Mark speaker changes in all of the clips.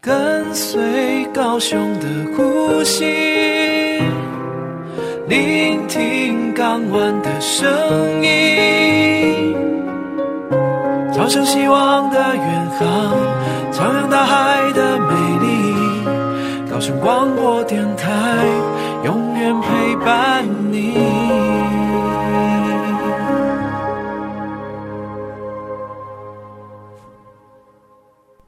Speaker 1: 跟随高雄的呼吸，聆听港湾的声音，朝向希望的远航，徜徉大海的美丽。高雄广播电台，永远陪伴你。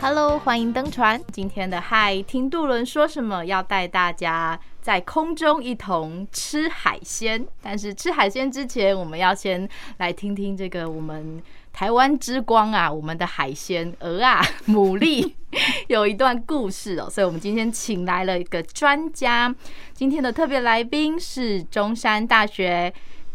Speaker 2: Hello，欢迎登船。今天的嗨，听渡轮说什么？要带大家在空中一同吃海鲜。但是吃海鲜之前，我们要先来听听这个我们台湾之光啊，我们的海鲜鹅啊、牡蛎 有一段故事哦。所以我们今天请来了一个专家，今天的特别来宾是中山大学。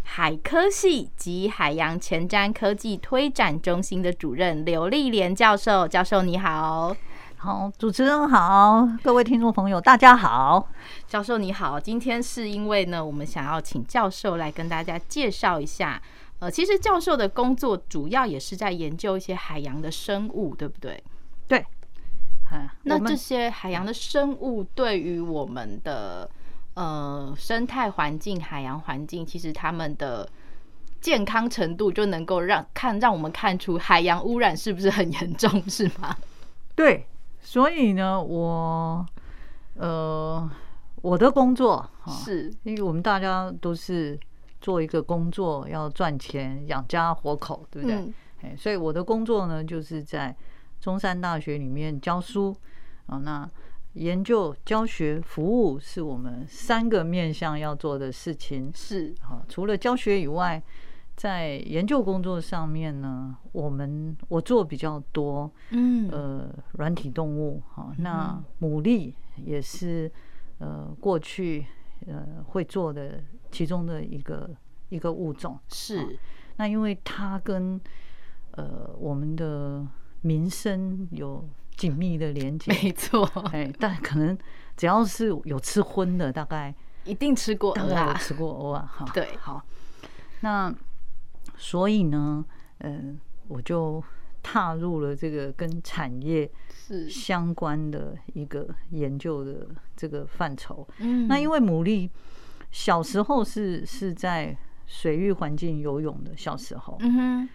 Speaker 2: 海科系及海洋前瞻科技推展中心的主任刘丽莲教授，教授你好，
Speaker 3: 好，主持人好，各位听众朋友，大家好。
Speaker 2: 教授你好，今天是因为呢，我们想要请教授来跟大家介绍一下，呃，其实教授的工作主要也是在研究一些海洋的生物，对不对？
Speaker 3: 对，嗯，
Speaker 2: 哎那
Speaker 3: 我们
Speaker 2: 这些海洋的生物对于我们的呃生态环境、海洋环境，其实它们的健康程度就能够让看让我们看出海洋污染是不是很严重，是吗？
Speaker 3: 对，所以呢，我呃，我的工作哈，
Speaker 2: 是
Speaker 3: 因为我们大家都是做一个工作，要赚钱养家活口，对不对？
Speaker 2: 嗯
Speaker 3: 哎，所以我的工作呢，就是在中山大学里面教书啊，那研究、教学、服务是我们三个面向要做的事情。
Speaker 2: 是
Speaker 3: 好，除了教学以外，在研究工作上面呢，我们我做比较多，
Speaker 2: 嗯
Speaker 3: 呃，软体动物，好，那牡蛎也是呃过去呃会做的其中的一个一个物种。
Speaker 2: 是
Speaker 3: 那因为它跟呃我们的民生有紧密的连接，
Speaker 2: 没错，
Speaker 3: 哎，但可能只要是有吃荤的，大概
Speaker 2: 一定吃过
Speaker 3: 大
Speaker 2: 鹅
Speaker 3: 概有
Speaker 2: 啊，
Speaker 3: 吃过偶尔哈。
Speaker 2: 对
Speaker 3: 好，那所以呢，嗯、我就踏入了这个跟产业
Speaker 2: 是
Speaker 3: 相关的一个研究的这个范畴。
Speaker 2: 嗯
Speaker 3: 那因
Speaker 2: 为
Speaker 3: 为牡蛎小时候是是在水域环境游泳的，小时候，
Speaker 2: 嗯哼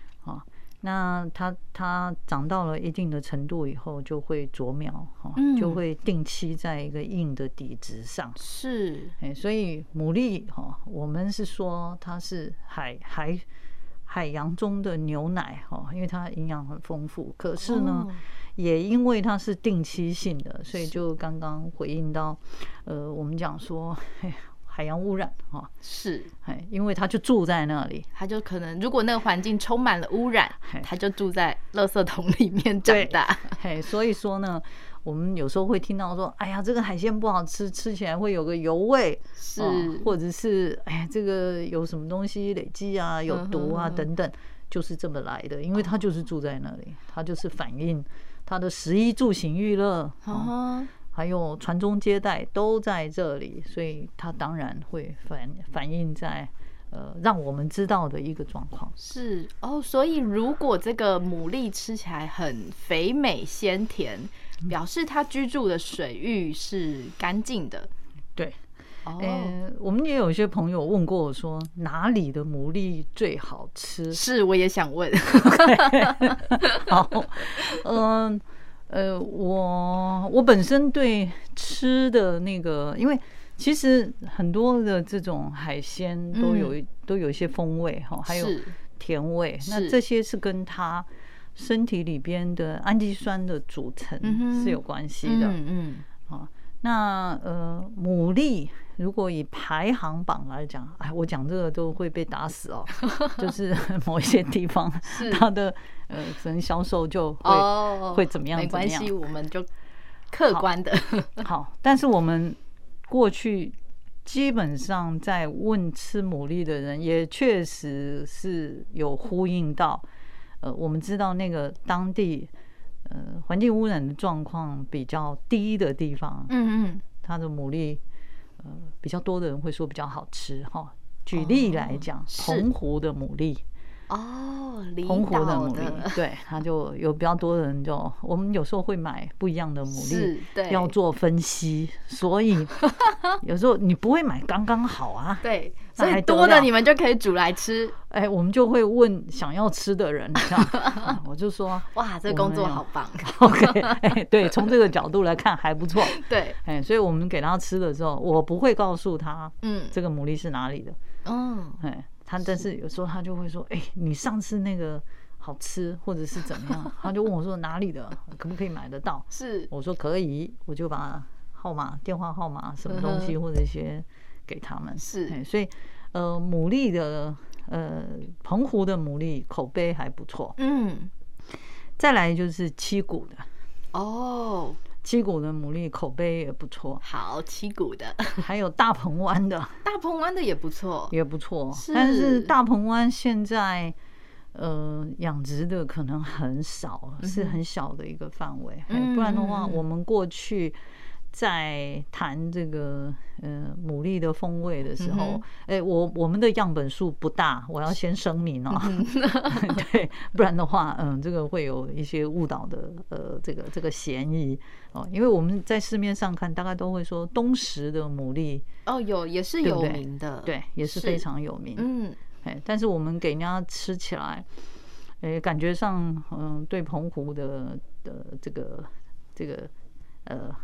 Speaker 3: 那它它长到了一定的程度以后，就会啄苗哈、哦
Speaker 2: 嗯
Speaker 3: 就会定期在一个硬的底质上。
Speaker 2: 是
Speaker 3: 哎、所以牡蛎哈、哦我们是说它是海海海洋中的牛奶哈、哦因为它营养很丰富。可是呢，
Speaker 2: 哦
Speaker 3: 也因为它是定期性的，所以就刚刚回应到，呃，我们讲说、嘿海洋污染哈，
Speaker 2: 是，
Speaker 3: 哎、因为它就住在那里，
Speaker 2: 它就可能如果那个环境充满了污染
Speaker 3: 嘿，
Speaker 2: 它就住在垃圾桶里面长
Speaker 3: 对
Speaker 2: 大，
Speaker 3: 嘿，所以说呢，我们有时候会听到说，哎呀，这个海鲜不好吃，吃起来会有个油味，
Speaker 2: 是
Speaker 3: 哦或者是哎呀，这个有什么东西累积啊，有毒啊、
Speaker 2: 嗯哼嗯哼哦
Speaker 3: 等等，就是这么来的。因为它就是住在那里，它就是反映它的食衣住行娱乐，哦、
Speaker 2: 哦，
Speaker 3: 还有传宗接代都在这里，所以它当然会反反映在呃让我们知道的一个状况。
Speaker 2: 是哦，所以如果这个牡蛎吃起来很肥美鲜甜，表示它居住的水域是干净的。
Speaker 3: 对，
Speaker 2: 哦，
Speaker 3: 呃，我们也有一些朋友问过我说，哪里的牡蛎最好 吃？
Speaker 2: 是，我也想问。
Speaker 3: 好，嗯、呃，我我本身对吃的那个，因为其实很多的这种海鲜都有、一都有一些风味哈，还有
Speaker 2: 嗯是
Speaker 3: 甜味，那
Speaker 2: 是
Speaker 3: 这些是跟它身体里边的氨基酸的组成
Speaker 2: 嗯哼
Speaker 3: 是有关系的。
Speaker 2: 嗯嗯，
Speaker 3: 那呃，牡蛎如果以排行榜来讲，哎，我讲这个都会被打死 哦。就是 某一些地方，它的呃，可能销售就会、
Speaker 2: 哦，
Speaker 3: 会怎么样？
Speaker 2: 没
Speaker 3: 怎么
Speaker 2: 关
Speaker 3: 样
Speaker 2: 系，？我们就客观的。
Speaker 3: 好，但是我们过去基本上在问吃牡蛎的人，也确实是有呼应到，呃，我们知道那个当地呃环境污染的状况比较低的地方，
Speaker 4: 嗯嗯，
Speaker 3: 它的牡蛎呃比较多的人会说比较好吃哈。举例来讲，
Speaker 4: 哦是
Speaker 3: 澎湖的牡蛎，
Speaker 4: 哦，离
Speaker 3: 澎湖的
Speaker 4: 岛
Speaker 3: 牡蛎，对，它就有比较多人就，我们有时候会买不一样的牡蛎
Speaker 4: 是，对
Speaker 3: 要做分析，所 以有时候你不会买刚刚好啊。
Speaker 4: 对，
Speaker 3: 那
Speaker 4: 所以
Speaker 3: 还得
Speaker 4: 多的
Speaker 3: 了
Speaker 4: 你们就可以煮来吃。
Speaker 3: 哎，我们就会问想要吃的人，这 样啊我就说
Speaker 4: 哇，这个
Speaker 3: 我
Speaker 4: 工
Speaker 3: 们
Speaker 4: 作
Speaker 3: 有
Speaker 4: 好棒。
Speaker 3: ，OK，哎，对，从这个角度来看还不错。
Speaker 4: 对，
Speaker 3: 哎，所以我们给他吃的时候，我不会告诉他
Speaker 4: 嗯，
Speaker 3: 这个牡蛎是哪里的，
Speaker 4: 嗯，
Speaker 3: 哎，他但是有时候他就会说，哎、你上次那个好吃，或者是怎么样，他就问我说哪里的，可不可以买得到？
Speaker 4: 是
Speaker 3: 我说可以，我就把号码、电话号码、什么东西
Speaker 4: 嗯
Speaker 3: 或者一些给他们。
Speaker 4: 是
Speaker 3: 哎所以呃，牡蛎的呃，澎湖的牡蛎口碑还不错。
Speaker 4: 嗯，
Speaker 3: 再来就是七股的，
Speaker 4: 哦，，
Speaker 3: 七股的牡蛎口碑也不错
Speaker 4: 好旗鼓的，
Speaker 3: 还有大鹏湾的。
Speaker 4: 大鹏湾的也不错。
Speaker 3: 也不错，
Speaker 4: 是
Speaker 3: 但是大鹏湾现在呃养殖的可能很少，是很小的一个范围、
Speaker 4: 嗯
Speaker 3: 哎不然的话，
Speaker 4: 嗯嗯
Speaker 3: 我们过去。在谈这个呃牡蛎的风味的时
Speaker 4: 嗯
Speaker 3: 候
Speaker 4: 哼，
Speaker 3: 哎、我我们的样本数不大，我要先声明哦，
Speaker 4: 嗯
Speaker 3: 对，不然的话，嗯，这个会有一些误导的呃这个这个嫌疑哦，因为我们在市面上看，大概都会说东石的牡蛎，
Speaker 4: 哦，有也是
Speaker 3: 对
Speaker 4: 有
Speaker 3: 不对
Speaker 4: 名的，
Speaker 3: 对，也是非常有名，
Speaker 4: 嗯，
Speaker 3: 哎，但是我们给人家吃起来，哎，感觉上，嗯、对澎湖的的这个这个呃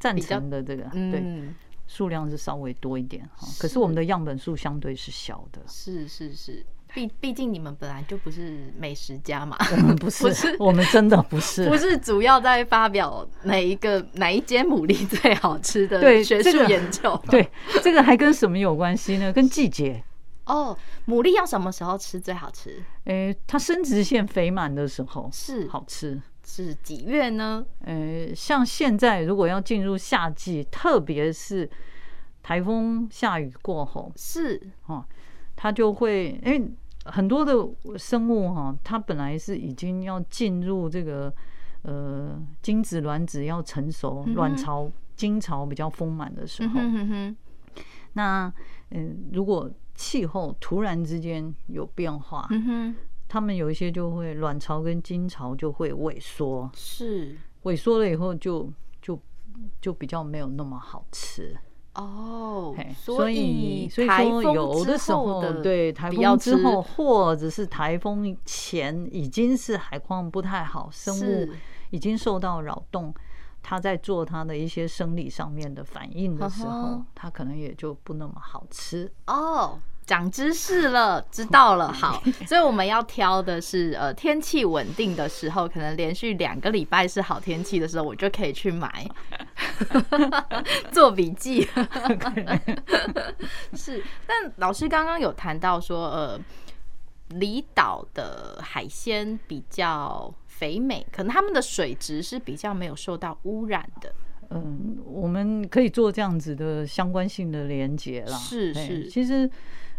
Speaker 3: 赞
Speaker 4: 比较
Speaker 3: 成的这个、对
Speaker 4: 嗯，。
Speaker 3: 数量是稍微多一点哈，可是我们的样本数相对是小的
Speaker 4: 是是是，毕毕竟你们本来就不是美食 家嘛，
Speaker 3: 我嗯们不是， 我们真的不是，
Speaker 4: 不是主要在发表哪一个哪一间牡蛎最好吃的
Speaker 3: 对
Speaker 4: 学
Speaker 3: 这
Speaker 4: 术
Speaker 3: 个
Speaker 4: 研究。
Speaker 3: 对，这个还跟什么有关系呢？跟季节，
Speaker 4: 哦，牡蛎要什么时候吃最好吃？
Speaker 3: 诶、它生殖腺肥满的时候
Speaker 4: 是
Speaker 3: 好吃，
Speaker 4: 是几月呢？
Speaker 3: 呃，像现在如果要进入夏季，特别是台风下雨过后，
Speaker 4: 是
Speaker 3: 哦，它就会因为很多的生物哈、它本来是已经要进入这个呃精子卵子要成熟，
Speaker 4: 嗯
Speaker 3: 卵
Speaker 4: 哼
Speaker 3: 巢精巢比较丰满的时
Speaker 4: 嗯
Speaker 3: 候，
Speaker 4: 哼哼哼，
Speaker 3: 那嗯、呃如果气候突然之间有变化，
Speaker 4: 嗯哼，
Speaker 3: 它们有一些就会卵巢跟精巢就会萎缩，
Speaker 4: 是
Speaker 3: 萎缩了以后就就就比较没有那么好吃。
Speaker 4: 哦
Speaker 3: 嘿，
Speaker 4: 所
Speaker 3: 以所以
Speaker 4: 台
Speaker 3: 说
Speaker 4: 风
Speaker 3: 有
Speaker 4: 之
Speaker 3: 的时
Speaker 4: 后
Speaker 3: 候
Speaker 4: 的
Speaker 3: 对台
Speaker 4: 比较
Speaker 3: 风之
Speaker 4: 吃
Speaker 3: 后，或者是台风前已经是海况不太好，生物
Speaker 4: 是
Speaker 3: 已经受到扰动，它在做它的一些生理上面的反应的时
Speaker 4: 呵
Speaker 3: 候
Speaker 4: 呵，
Speaker 3: 它可能也就不那么好吃。
Speaker 4: 哦，长知识了，知道了。 好，所以我们要挑的是呃天气稳定的时候，可能连续两个礼拜是好天气的时候，我就可以去买， 做笔 记。是，但老师刚刚有谈到说，呃，离岛的海鲜比较肥美，可能他们的水质是比较没有受到污染的。
Speaker 3: 嗯，我们可以做这样子的相关性的连接啦。
Speaker 4: 是
Speaker 3: 哎
Speaker 4: 是
Speaker 3: 其实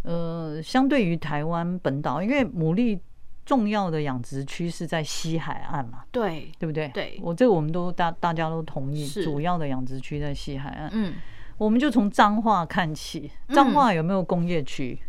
Speaker 3: 呃，相对于台湾本岛，因为牡蛎重要的养殖区是在西海岸嘛。
Speaker 4: 对，
Speaker 3: 对不对？
Speaker 4: 对
Speaker 3: 我这个我们都大大家都同意，
Speaker 4: 是
Speaker 3: 主要的养殖区在西海岸，
Speaker 4: 嗯，
Speaker 3: 我们就从彰化看起。
Speaker 4: 嗯
Speaker 3: 彰化有没有工业区？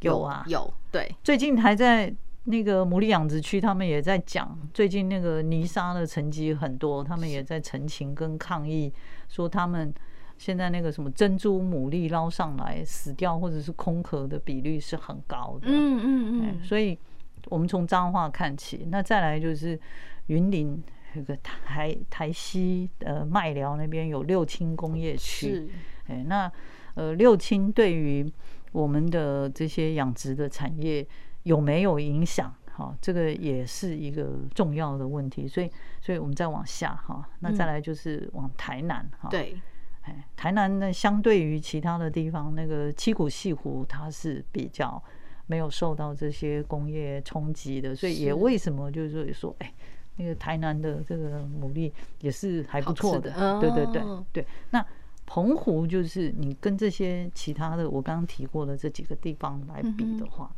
Speaker 3: 有啊，
Speaker 4: 有，对，
Speaker 3: 最近还在那个牡蛎养殖区，他们也在讲，最近那个泥沙的沉积很多，他们也在澄清跟抗议，说他们。现在那个什么珍珠牡蛎捞上来死掉或者是空壳的比率是很高的，
Speaker 4: 嗯嗯
Speaker 3: 哎
Speaker 4: 嗯，
Speaker 3: 所以我们从彰化看起，那再来就是云林有个台台西呃麦寮那边有六轻工业区，
Speaker 4: 是。
Speaker 3: 哎，那呃六轻对于我们的这些养殖的产业有没有影响？好、这个也是一个重要的问题，所以，所以我们再往下哈、那
Speaker 4: 嗯
Speaker 3: 再来就是往台南哈、
Speaker 4: 对，
Speaker 3: 哎，台南呢，相对于其他的地方，那个七股西湖它是比较没有受到这些工业冲击的，所以也
Speaker 4: 是
Speaker 3: 为什么就是说，哎，那个台南的这个牡蛎也是还不错
Speaker 4: 好吃的
Speaker 3: 对对对
Speaker 4: 哦
Speaker 3: 对。那澎湖就是你跟这些其他的我刚刚提过的这几个地方来比的
Speaker 4: 嗯
Speaker 3: 话，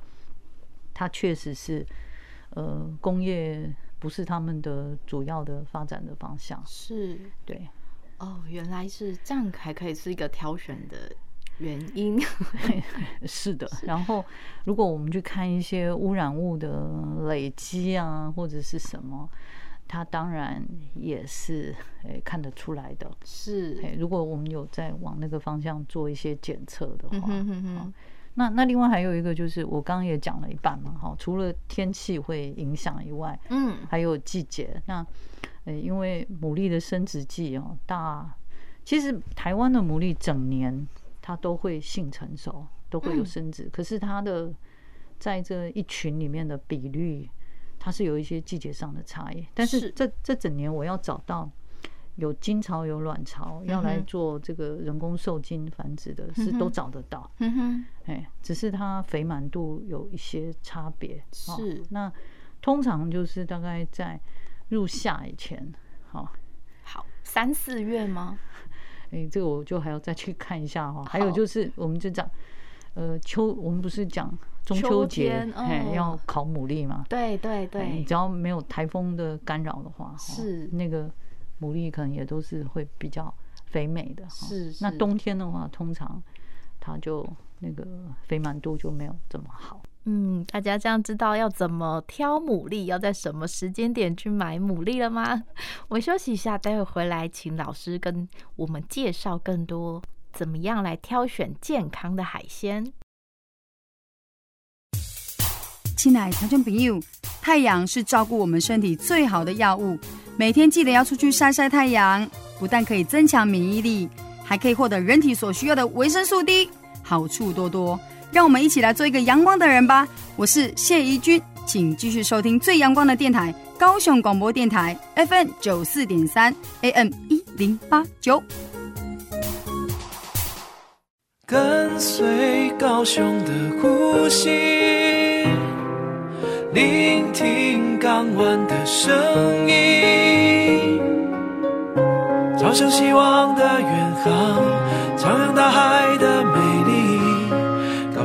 Speaker 3: 它确实是呃工业不是他们的主要的发展的方向。
Speaker 4: 是
Speaker 3: 对，
Speaker 4: 哦，原来是这样，还可以是一个挑选的原因。
Speaker 3: 是的。然后如果我们去看一些污染物的累积啊，或者是什么，它当然也是诶、看得出来的。
Speaker 4: 是，
Speaker 3: 哎， 如果我们有在往那个方向做一些检测的话，
Speaker 4: 嗯哼哼哼，
Speaker 3: 那那另外还有一个就是我刚刚也讲了一半嘛，哈，除了天气会影响以外，
Speaker 4: 嗯，
Speaker 3: 还有季节。那呃，因为牡蛎的生殖季哦，大其实台湾的牡蛎整年它都会性成熟，都会有
Speaker 4: 嗯
Speaker 3: 生殖，可是它的在这一群里面的比率，它是有一些季节上的差异。但
Speaker 4: 是
Speaker 3: 是这这整年我要找到。有精巢有卵巢，要来
Speaker 4: 嗯哼
Speaker 3: 做这个人工受精繁殖的，是
Speaker 4: 嗯
Speaker 3: 都
Speaker 4: 哼
Speaker 3: 找得到。
Speaker 4: 哼哼，
Speaker 3: 哎，只是它肥满度有一些差别。哦
Speaker 4: 是
Speaker 3: 那通常就是大概在入夏以前，哦好、
Speaker 4: 好，三四月吗？
Speaker 3: 哎、这个我就还要再去看一下哈、还
Speaker 4: 好
Speaker 3: 有就是，我们就讲，呃，秋，我们不是讲中
Speaker 4: 秋
Speaker 3: 秋节，
Speaker 4: 天
Speaker 3: 哎、
Speaker 4: 哦
Speaker 3: 要烤牡蛎嘛？
Speaker 4: 对对
Speaker 3: 哎
Speaker 4: 对
Speaker 3: 只，要没有台风的干扰的话，哦
Speaker 4: 是
Speaker 3: 那个牡蛎可能也都是会比较肥美的。哦
Speaker 4: 是
Speaker 3: 那
Speaker 4: 是
Speaker 3: 冬天的话，通常它就那个肥满度就没有这么好。
Speaker 4: 嗯，大家这样知道要怎么挑牡蛎，要在什么时间点去买牡蛎了吗？我休息一下，待会回来请老师跟我们介绍更多怎么样来挑选健康的海鲜。
Speaker 5: 亲爱的听众朋友，太阳是照顾我们身体最好的药物，每天记得要出去晒晒太阳，不但可以增强免疫力，还可以获得人体所需要的维生素 D，好处多多。让我们一起来做一个阳光的人吧！我是谢怡君，请继续收听最阳光的电台——高雄广播电台 FM 九四点三 AM 一零八九。
Speaker 1: 跟随高雄的呼吸，聆听港湾的声音，朝向希望的远航，徜徉大海的美丽。高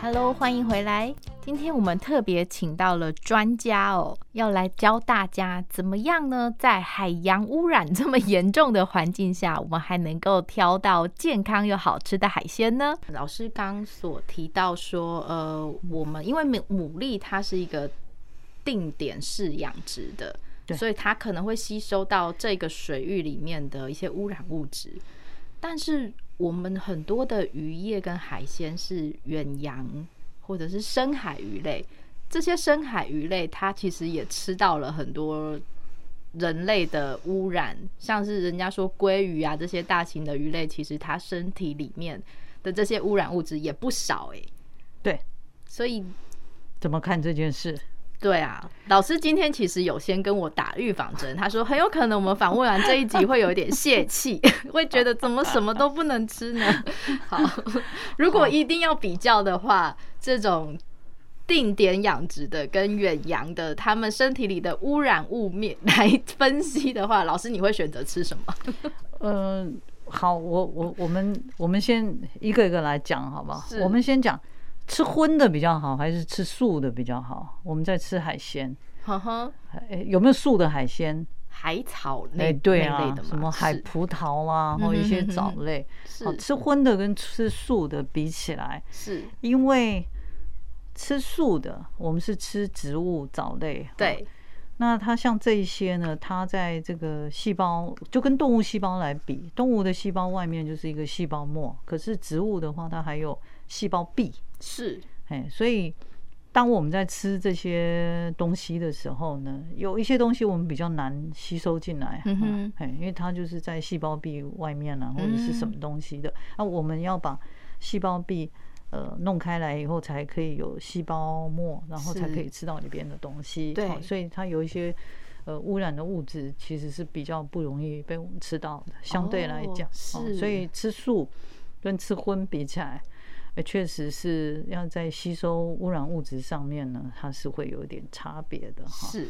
Speaker 4: Hello，欢迎回来。今天我们特别请到了专家哦，要来教大家怎么样呢？在海洋污染这么严重的环境下，我们还能够挑到健康又好吃的海鲜呢？老师刚所提到说，呃，我们因为牡牡蛎它是一个定点式养殖的，
Speaker 3: 对
Speaker 4: 所以它可能会吸收到这个水域里面的一些污染物质。但是我们很多的渔业跟海鲜是远洋或者是深海鱼类，这些深海鱼类它其实也吃到了很多人类的污染，像是人家说鲑鱼啊这些大型的鱼类，其实它身体里面的这些污染物质也不少诶、
Speaker 3: 对，
Speaker 4: 所以
Speaker 3: 怎么看这件事？
Speaker 4: 对啊，老师今天其实有先跟我打预防针，他说很有可能我们访问完这一集会有一点泄气， 会觉得怎么什么都不能 吃呢？好，如果一定要比较的话，这种定点养殖的跟远洋的，他们身体里的污染物面来分析的话，老师你会选择吃什么？
Speaker 3: 呃，好，我我我们我们先一个一个来讲，好不好
Speaker 4: 是？
Speaker 3: 我们先讲吃荤的比较好，还是吃素的比较好？我们再吃海鲜，
Speaker 4: 呵呵，
Speaker 3: 哎，有没有素的海鲜？
Speaker 4: 海草那、
Speaker 3: 哎，对
Speaker 4: 那类
Speaker 3: 啊
Speaker 4: 的，嘛，
Speaker 3: 什么海
Speaker 4: 是
Speaker 3: 葡萄啦，
Speaker 4: 嗯
Speaker 3: 或一些
Speaker 4: 哼哼
Speaker 3: 藻
Speaker 4: 哼
Speaker 3: 类。好
Speaker 4: 是
Speaker 3: 吃荤的跟吃素的比起来，
Speaker 4: 是
Speaker 3: 因为吃素的我们是吃植物藻类，
Speaker 4: 对
Speaker 3: 那它像这一些呢，它在这个细胞就跟动物细胞来比，动物的细胞外面就是一个细胞膜，可是植物的话，它还有细胞壁，
Speaker 4: 是
Speaker 3: 哎，所以当我们在吃这些东西的时候呢，有一些东西我们比较难吸收进来，
Speaker 4: 嗯哼
Speaker 3: 哎，因为它就是在细胞壁外面啊，或者是
Speaker 4: 嗯
Speaker 3: 什么东西的。那、我们要把细胞壁呃弄开来以后，才可以有细胞膜，然后才
Speaker 4: 是
Speaker 3: 可以吃到里边的东西。
Speaker 4: 对
Speaker 3: 哦所以它有一些呃污染的物质，其实是比较不容易被我们吃到的。相对来
Speaker 4: 哦
Speaker 3: 讲，哦
Speaker 4: 是
Speaker 3: 所以吃素跟吃荤比起来，呃确实是要在吸收污染物质上面呢，它是会有一点差别的哈。
Speaker 4: 是，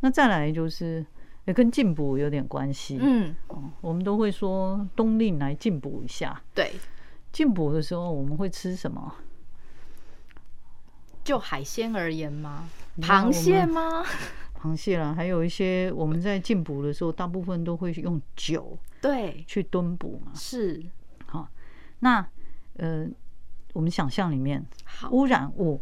Speaker 3: 那再来就是也跟进补有点关系。
Speaker 4: 嗯，
Speaker 3: 哦，我们都会说冬令来进补一下。
Speaker 4: 对，
Speaker 3: 进补的时候我们会吃什么？
Speaker 4: 就海鲜而言吗？
Speaker 3: 那我
Speaker 4: 螃
Speaker 3: 们
Speaker 4: 蟹吗？
Speaker 3: 螃蟹啦，还有一些我们在进补的时候，大部分都会用酒
Speaker 4: 对，
Speaker 3: 去炖补嘛。
Speaker 4: 是
Speaker 3: 那呃，我们想象里面
Speaker 4: 好
Speaker 3: 污染物，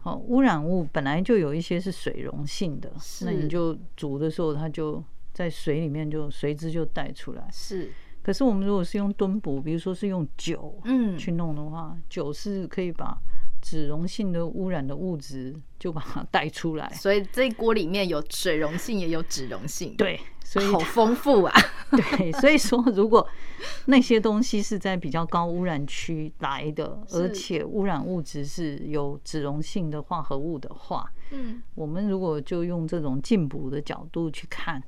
Speaker 3: 好、污染物本来就有一些是水溶性的，那
Speaker 4: 是
Speaker 3: 你就煮的时候它就在水里面就随之就带出来。
Speaker 4: 是，
Speaker 3: 可是我们如果是用炖补，比如说是用酒
Speaker 4: 嗯，
Speaker 3: 去弄的话，酒是可以把脂溶性的污染的物质就把它带出来。
Speaker 4: 所以这一锅里面有水溶性，也有脂溶性，，
Speaker 3: 对，所以
Speaker 4: 好丰 富啊，
Speaker 3: 对，所以说如果那些东西是在比较高污染区来的，
Speaker 4: 是
Speaker 3: 而且污染物质是有脂溶性的化合物的话，
Speaker 4: 嗯，
Speaker 3: 我们如果就用这种进补的角度去看。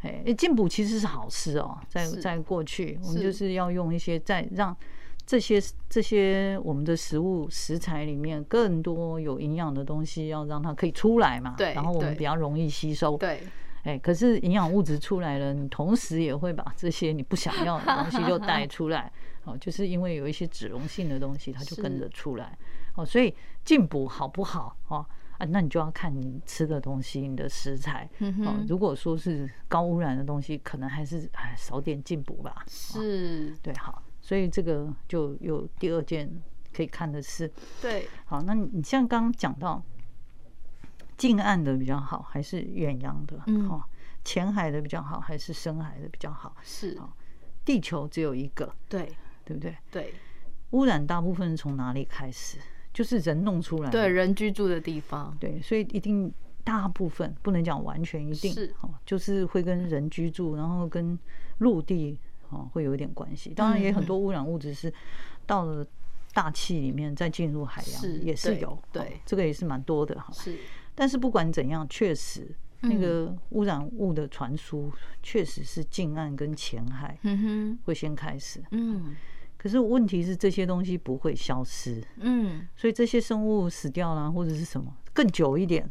Speaker 3: 哎，进补其实是好事哦，在
Speaker 4: 是
Speaker 3: 在过去，我们
Speaker 4: 是
Speaker 3: 就是要用一些在让这些这些我们的食物食材里面更多有营养的东西，要让它可以出来嘛，
Speaker 4: 对
Speaker 3: 然后我们
Speaker 4: 对
Speaker 3: 比较容易吸收，
Speaker 4: 对，
Speaker 3: 哎、可是营养物质出来了，你同时也会把这些你不想要的东西就带出来，哦，就是因为有一些脂溶性的东西，它就是跟着出来，哦，所以进补好不好，哦啊，那你就要看你吃的东西，你的食材，
Speaker 4: 嗯
Speaker 3: 哦，
Speaker 4: 哼，
Speaker 3: 如果说是高污染的东西，可能还是哎少点进补吧，
Speaker 4: 是，
Speaker 3: 对，好，所以这个就有第二件可以看的是，
Speaker 4: 对，
Speaker 3: 好，那你像刚刚讲到近岸的比较好，还是远洋的？
Speaker 4: 嗯
Speaker 3: 哦，浅海的比较好，还是深海的比较好？
Speaker 4: 是，
Speaker 3: 好地球只有一个，
Speaker 4: 对，
Speaker 3: 对不对？
Speaker 4: 对，
Speaker 3: 污染大部分是从哪里开始？就是人弄出来的。
Speaker 4: 对，人居住的地方，
Speaker 3: 对，所以一定大部分不能讲完全一定，
Speaker 4: 是
Speaker 3: 哦，就是会跟人居住，然后跟陆地哦会有一点关系。当
Speaker 4: 嗯
Speaker 3: 然也很多污染物质是到了大气里面再进入海洋，
Speaker 4: 是
Speaker 3: 也是
Speaker 4: 对
Speaker 3: 有，
Speaker 4: 对
Speaker 3: 哦这个也是蛮多的哈。
Speaker 4: 是，
Speaker 3: 但是不管怎样，确实
Speaker 4: 嗯
Speaker 3: 那个污染物的传输确实是近岸跟浅海
Speaker 4: 嗯哼，
Speaker 3: 会先开始。
Speaker 4: 嗯
Speaker 3: 可是问题是这些东西不会消失，
Speaker 4: 嗯，
Speaker 3: 所以这些生物死掉啦，或者是什么更久一点，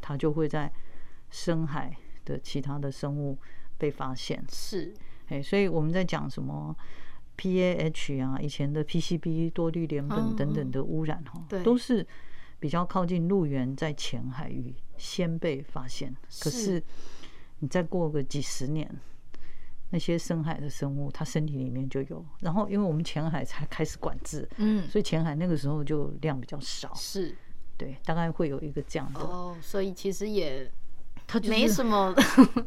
Speaker 3: 它就会在深海的其他的生物被发现。
Speaker 4: 是，
Speaker 3: 哎，所以我们在讲什么 PAH 啊，以前的 PCB 多氯联
Speaker 4: 嗯
Speaker 3: 苯等等的污染哈、
Speaker 4: 对
Speaker 3: 都是比较靠近陆源，在浅海域先被发现。可
Speaker 4: 是
Speaker 3: 是你再过个几十年，那些深海的生物，它身体里面就有。然后，因为我们浅海才开始管制，
Speaker 4: 嗯，
Speaker 3: 所以浅海那个时候就量比较少，
Speaker 4: 是，
Speaker 3: 对，大概会有一个这样的。
Speaker 4: 哦，所以其实也
Speaker 3: 它就是
Speaker 4: 没什么，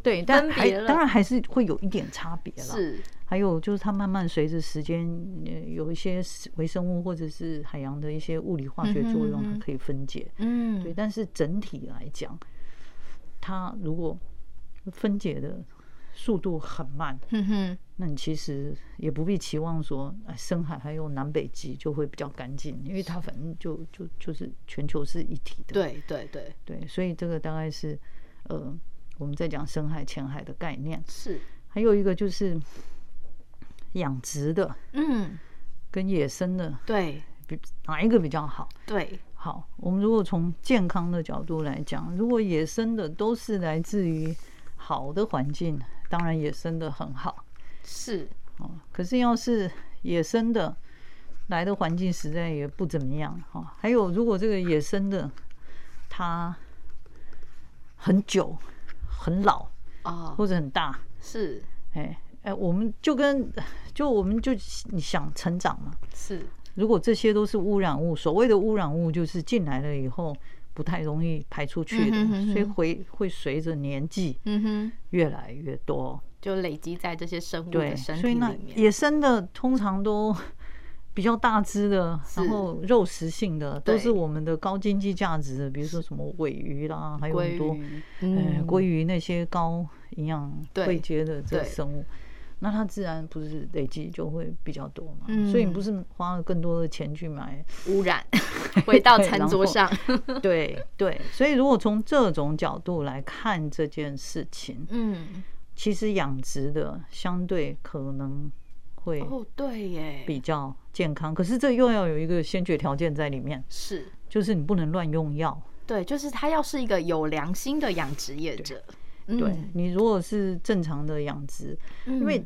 Speaker 3: 对，但
Speaker 4: 分
Speaker 3: 还
Speaker 4: 别了
Speaker 3: 当然还是会有一点差别啦。
Speaker 4: 是，
Speaker 3: 还有就是它慢慢随着时间，呃有一些微生物或者是海洋的一些物理化学作
Speaker 4: 嗯哼
Speaker 3: 用，
Speaker 4: 嗯哼
Speaker 3: 它可以分解。
Speaker 4: 嗯
Speaker 3: 对，，但是整体来讲，它如果分解的速度很慢，
Speaker 4: 哼嗯哼，
Speaker 3: 那你其实也不必期望说，哎，深海还有南北极就会比较干净，因为它反正就就就是全球是一体的。
Speaker 4: 对对对，
Speaker 3: 对，所以这个大概是呃我们在讲深海、浅海的概念。
Speaker 4: 是，
Speaker 3: 还有一个就是养殖的
Speaker 4: 嗯，
Speaker 3: 跟野生的
Speaker 4: 对
Speaker 3: 比哪一个比较好？
Speaker 4: 对，
Speaker 3: 好，我们如果从健康的角度来讲，如果野生的都是来自于好的环境，当然野生的很好
Speaker 4: 是，
Speaker 3: 哦。可是要是野生的来的环境实在也不怎么样哈、哦。还有，如果这个野生的它很久、很老
Speaker 4: 哦，
Speaker 3: 或者很大，
Speaker 4: 是
Speaker 3: 哎哎，我们就跟就我们就你想成长嘛，
Speaker 4: 是，
Speaker 3: 如果这些都是污染物，所谓的污染物就是进来了以后不太容易排出去的，
Speaker 4: 嗯哼嗯哼
Speaker 3: 所以会会随着年纪
Speaker 4: 嗯哼，
Speaker 3: 越来越多。
Speaker 4: 就累积在这些生物
Speaker 3: 对，
Speaker 4: 的身体
Speaker 3: 所以那
Speaker 4: 里面，
Speaker 3: 野生的通常都比较大只的，
Speaker 4: 是
Speaker 3: 然后肉食性的，
Speaker 4: 对
Speaker 3: 都是我们的高经济价值的，比如说什么尾鱼啦，还有
Speaker 4: 鲑
Speaker 3: 很多
Speaker 4: 鱼，嗯
Speaker 3: 呃鲑鱼那些高营养
Speaker 4: 对
Speaker 3: 会接的这个
Speaker 4: 对
Speaker 3: 生物。那它自然不是累积就会比较多嘛，
Speaker 4: 嗯
Speaker 3: 所以你不是花了更多的钱去 买，
Speaker 4: 污染回到
Speaker 3: 对
Speaker 4: 餐
Speaker 3: 然
Speaker 4: 桌
Speaker 3: 后
Speaker 4: 上，
Speaker 3: 对对，所以如果从这种角度来看这件事情，
Speaker 4: 嗯，
Speaker 3: 其实养殖的相对可能会
Speaker 4: 哦，对耶，
Speaker 3: 比较健康，可是这又要有一个先决条件在里面，
Speaker 4: 是。
Speaker 3: 就是你不能乱用药。
Speaker 4: 对，就是他要是一个有良心的养殖业者，嗯
Speaker 3: 对、你如果是正常的养殖，因
Speaker 4: 嗯
Speaker 3: 为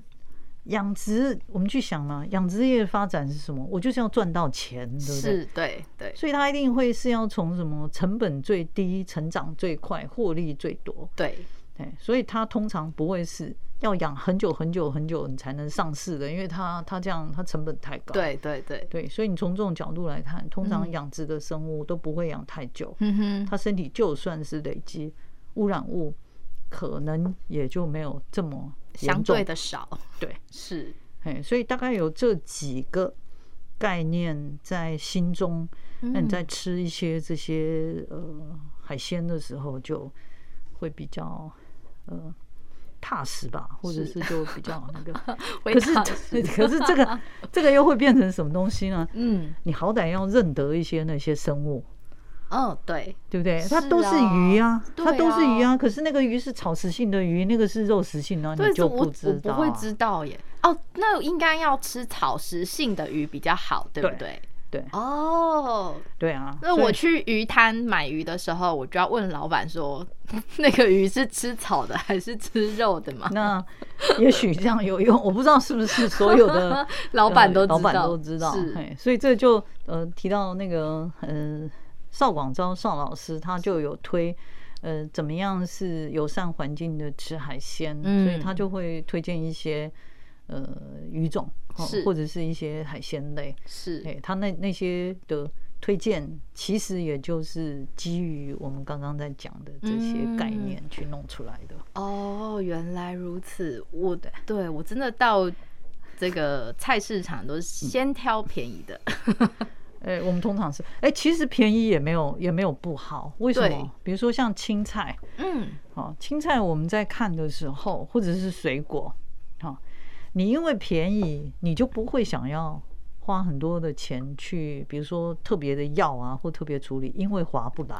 Speaker 3: 养殖我们去想嘛，养殖业的发展是什么？我就是要赚到钱，对不对？
Speaker 4: 是，对对，
Speaker 3: 所以它一定会是要从什么成本最低、成长最快、获利最多，
Speaker 4: 对，
Speaker 3: 对，所以它通常不会是要养很久很久很久你才能上市的，因为它它这样它成本太高。
Speaker 4: 对，对，对，
Speaker 3: 对，所以你从这种角度来看，通常
Speaker 4: 嗯
Speaker 3: 养殖的生物都不会养太久，
Speaker 4: 嗯哼，
Speaker 3: 它身体就算是累积污染物，可能也就没有这么严
Speaker 4: 相
Speaker 3: 重
Speaker 4: 对的少，
Speaker 3: 对，
Speaker 4: 是，
Speaker 3: 哎，所以大概有这几个概念在心中。
Speaker 4: 嗯
Speaker 3: 那你在吃一些这些呃海鲜的时候，就会比较呃踏实吧，或者
Speaker 4: 是
Speaker 3: 是就比较 那个。
Speaker 4: 回
Speaker 3: 可是
Speaker 4: 答，
Speaker 3: 可是这个这个又会变成什么东西呢？
Speaker 4: 嗯，
Speaker 3: 你好歹要认得一些那些生物，
Speaker 4: 哦，对，
Speaker 3: 对不对？
Speaker 4: 是
Speaker 3: 它都是鱼啊，
Speaker 4: 对
Speaker 3: 它都是鱼
Speaker 4: 啊
Speaker 3: 啊。可是那个鱼是草食性的鱼，那个是肉食性的，
Speaker 4: 对，
Speaker 3: 你
Speaker 4: 这
Speaker 3: 就
Speaker 4: 我
Speaker 3: 不
Speaker 4: 我
Speaker 3: 知
Speaker 4: 不
Speaker 3: 道、啊。
Speaker 4: 会知道耶，哦，那应该要吃草食性的鱼比较好，对不
Speaker 3: 对
Speaker 4: 对？
Speaker 3: 对
Speaker 4: 哦，
Speaker 3: 对啊。
Speaker 4: 那
Speaker 3: 所以
Speaker 4: 我去鱼摊买鱼的时候，我就要问老板说， 那个鱼是吃草的还是吃肉的 嘛？
Speaker 3: 那也许这样有用，我不知道是不是所有的
Speaker 4: 老板都
Speaker 3: 呃
Speaker 4: 知
Speaker 3: 老板
Speaker 4: 道
Speaker 3: 都知道
Speaker 4: 是，
Speaker 3: 嘿，所以这就呃提到那个呃邵广昭邵老师，他就有推。呃，怎么样是友善环境的吃海鲜？所以
Speaker 4: 嗯
Speaker 3: 他就会推荐一些呃鱼种，哦
Speaker 4: 是
Speaker 3: 或者是一些海鲜类。
Speaker 4: 是，
Speaker 3: 对他那那些的推荐，其实也就是基于我们刚刚在讲的这些概
Speaker 4: 嗯
Speaker 3: 念去弄出来的。
Speaker 4: 哦，原来如此。我的对我真的到这个菜市场都是先挑便宜 的，
Speaker 3: 哎、我们通常是哎、其实便宜也没有也没有不好，为什
Speaker 4: 对
Speaker 3: 么？比如说像青菜，
Speaker 4: 嗯，
Speaker 3: 哦，青菜我们在看的时候，或者是水果，哦，你因为便宜，你就不会想要花很多的钱去，比如说特别的药啊或特别处理，因为划不来。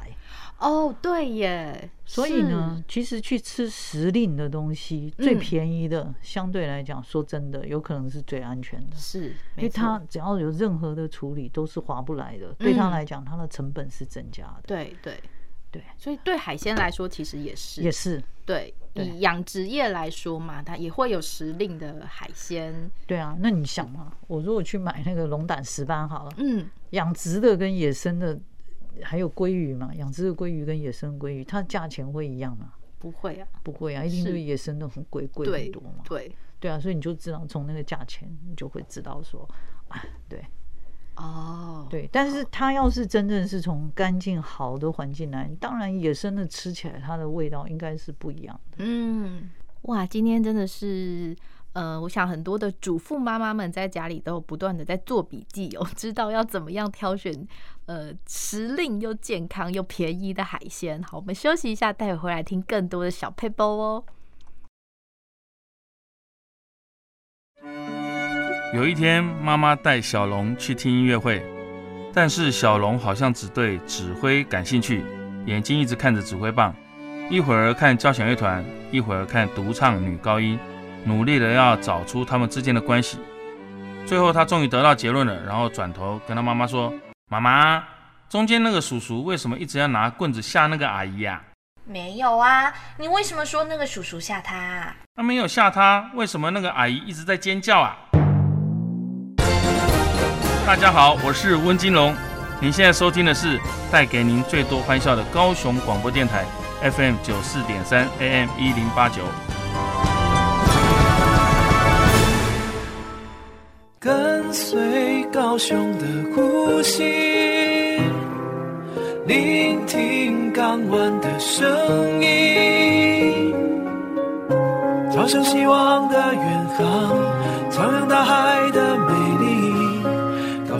Speaker 4: 哦，对耶，
Speaker 3: 所以呢，其实去吃时令的东西，
Speaker 4: 嗯
Speaker 3: 最便宜的，相对来讲，说真的，有可能是最安全的。
Speaker 4: 是，是，
Speaker 3: 因
Speaker 4: 没
Speaker 3: 为它
Speaker 4: 错，
Speaker 3: 只要有任何的处理都是划不来的，对
Speaker 4: 嗯
Speaker 3: 它来讲，它的成本是增加的。
Speaker 4: 对对
Speaker 3: 对，
Speaker 4: 所以对海鲜来说其实也是，
Speaker 3: 也是，
Speaker 4: 对，
Speaker 3: 对
Speaker 4: 以养殖业来说嘛，它也会有时令的海鲜，
Speaker 3: 对啊。那你想嘛，我如果去买那个龙胆石斑好了，
Speaker 4: 嗯，
Speaker 3: 养殖的跟野生的，还有鲑鱼嘛，养殖的鲑鱼跟野生鲑鱼，它价钱会一样吗？
Speaker 4: 不会啊，
Speaker 3: 不会啊，一定
Speaker 4: 是
Speaker 3: 是野生的很贵，贵
Speaker 4: 对
Speaker 3: 很多嘛。
Speaker 4: 对，
Speaker 3: 对啊，所以你就知道从那个价钱，你就会知道说，啊，对。
Speaker 4: 哦，
Speaker 3: 对，但是它要是真正是从干净好的环境来，当然野生的吃起来它的味道应该是不一样的。
Speaker 4: 嗯，哇，今天真的是。呃，我想很多的主妇妈妈们在家里都不断的在做笔记哦，知道要怎么样挑选呃时令又健康又便宜的海鲜。好，我们休息一下，待会回来听更多的小配包哦。
Speaker 6: 有一天，妈妈带小龙去听音乐会，但是小龙好像只对指挥感兴趣，眼睛一直看着指挥棒，一会儿看交响乐团，一会儿看独唱女高音，努力的要找出他们之间的关系。最后，他终于得到结论了，然后转头跟他妈妈说：“妈妈，中间那个叔叔为什么一直要拿棍子吓那个阿姨啊？
Speaker 7: 没有啊，你为什么说那个叔叔吓他、啊？
Speaker 6: 他没有吓他，为什么那个阿姨一直在尖叫啊？大家好，我是温金龙，您现在收听的是带给您最多欢笑的高雄广播电台 FM 九四点三 AM 一零八九。
Speaker 1: 跟随高雄的呼吸，聆听港湾的声音，朝向希望的远航，徜徉大海的美丽。高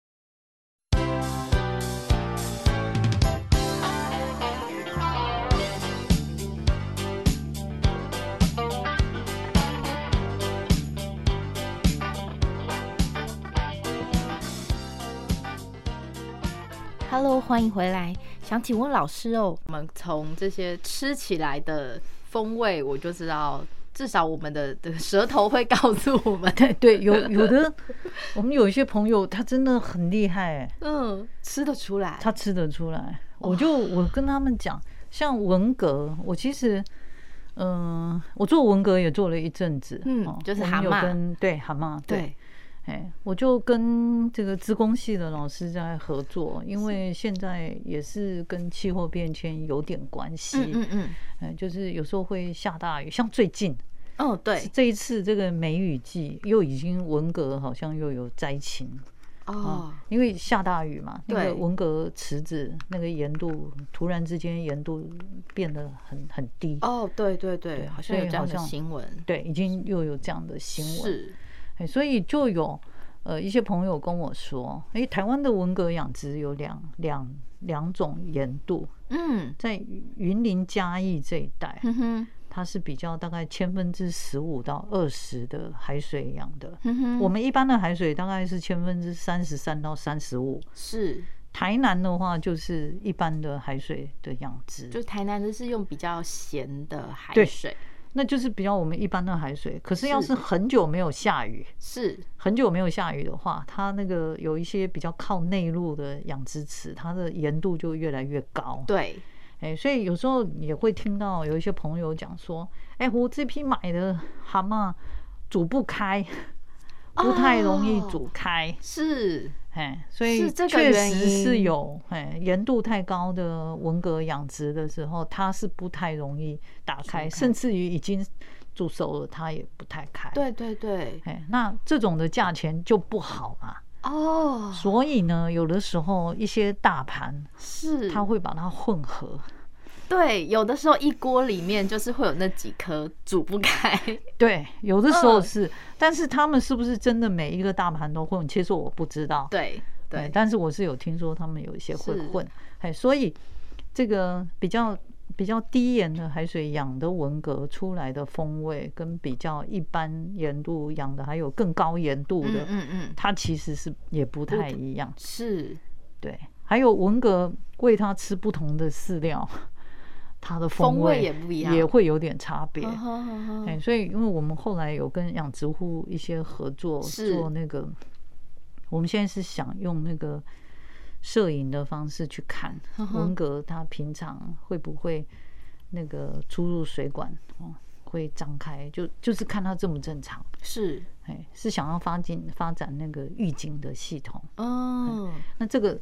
Speaker 4: Hello，欢迎回来。想请问老师哦，我们从这些吃起来的风味，我就知道，至少我们的的舌头会告诉我们，
Speaker 3: 对， 有有的，我们有一些朋友他真的很厉害、哎，
Speaker 4: 嗯，吃得出来。
Speaker 3: 他吃得出来。我就我跟他们讲，像文革，我其实，嗯、我做文革也做了一阵子，哦
Speaker 4: 嗯就是
Speaker 3: 我们
Speaker 4: 蛤
Speaker 3: 有
Speaker 4: 蟆
Speaker 3: 跟对蛤蟆， 对，
Speaker 4: 对，
Speaker 3: 哎，我就跟这个资工系的老师在合作，因为现在也是跟气候变迁有点关系，
Speaker 4: 嗯嗯嗯，
Speaker 3: 哎，就是有时候会下大雨，像最近，
Speaker 4: 哦对，
Speaker 3: 这一次这个梅雨季又已经文革好像又有灾情
Speaker 4: 哦
Speaker 3: 啊，，因为下大雨嘛，那
Speaker 4: 对
Speaker 3: 个文革池子那个盐度突然之间盐度变得很很低，
Speaker 4: 哦对对对，
Speaker 3: 对
Speaker 4: 好像有
Speaker 3: 所以
Speaker 4: 这样的
Speaker 3: 好像
Speaker 4: 新闻，
Speaker 3: 对，已经又有这样的新闻，
Speaker 4: 是，
Speaker 3: 哎，所以就有呃一些朋友跟我说，哎，台湾的文革养殖有两两两种盐度，
Speaker 4: 嗯
Speaker 3: 在云林嘉义这一带，
Speaker 4: 哼嗯哼
Speaker 3: 它是比较大概千分之十五到二十的海水养的。
Speaker 4: 哼嗯哼，
Speaker 3: 我们一般的海水大概是千分之三十三到三十五，
Speaker 4: 是，
Speaker 3: 台南的话就是一般的海水的养殖，
Speaker 4: 就台南的是用比较咸的海
Speaker 3: 对
Speaker 4: 水，
Speaker 3: 那就是比较我们一般的海水。可是要
Speaker 4: 是
Speaker 3: 是很久没有下雨，
Speaker 4: 是
Speaker 3: 很久没有下雨的话，它那个有一些比较靠内陆的养殖池，它的盐度就越来越高。
Speaker 4: 对，
Speaker 3: 哎、所以有时候也会听到有一些朋友讲说，哎、我这批买的蛤蟆煮不开，
Speaker 4: 啊
Speaker 3: 不太容易煮开。
Speaker 4: 是
Speaker 3: 哎，所以
Speaker 4: 是这个
Speaker 3: 确
Speaker 4: 原
Speaker 3: 实
Speaker 4: 因
Speaker 3: 是有，哎，盐度太高的文革养殖的时候，它是不太容易打开，甚至于已经煮熟了，它也不太开。，
Speaker 4: 对对对，
Speaker 3: 哎，那这种的价钱就不好嘛。
Speaker 4: 哦
Speaker 3: 所以呢，有的时候一些大盘，
Speaker 4: 是，
Speaker 3: 它会把它混合。
Speaker 4: 对，有的时候一锅里面就是会有那几颗煮不开，
Speaker 3: 对，有的时候
Speaker 4: 嗯
Speaker 3: 是，但是他们是不是真的每一个大盘都混？其实我不知道。
Speaker 4: 对
Speaker 3: 哎
Speaker 4: 对，
Speaker 3: 但是我是有听说他们有一些会
Speaker 4: 是
Speaker 3: 混，哎，所以这个比较比较低盐的海水养的文革出来的风味，跟比较一般盐度养的，还有更高盐度
Speaker 4: 嗯
Speaker 3: 的，
Speaker 4: 嗯嗯，
Speaker 3: 它其实是也不太一样。
Speaker 4: 是
Speaker 3: 对，还有文革喂它吃不同的饲料，它的
Speaker 4: 风
Speaker 3: 味
Speaker 4: 味也不一样，
Speaker 3: 也会有点差别。
Speaker 4: 嗯哼哼哼
Speaker 3: 哎、所以因为我们后来有跟养殖户一些合作，
Speaker 4: 是
Speaker 3: 做那个，我们现在是想用那个摄影的方式去看
Speaker 4: 嗯
Speaker 3: 文革，它平常会不会那个出入水管哦会张开，就就是看它正不正常。
Speaker 4: 是，
Speaker 3: 哎、是想要发展发展那个预警的系统。
Speaker 4: 嗯，
Speaker 3: 那这个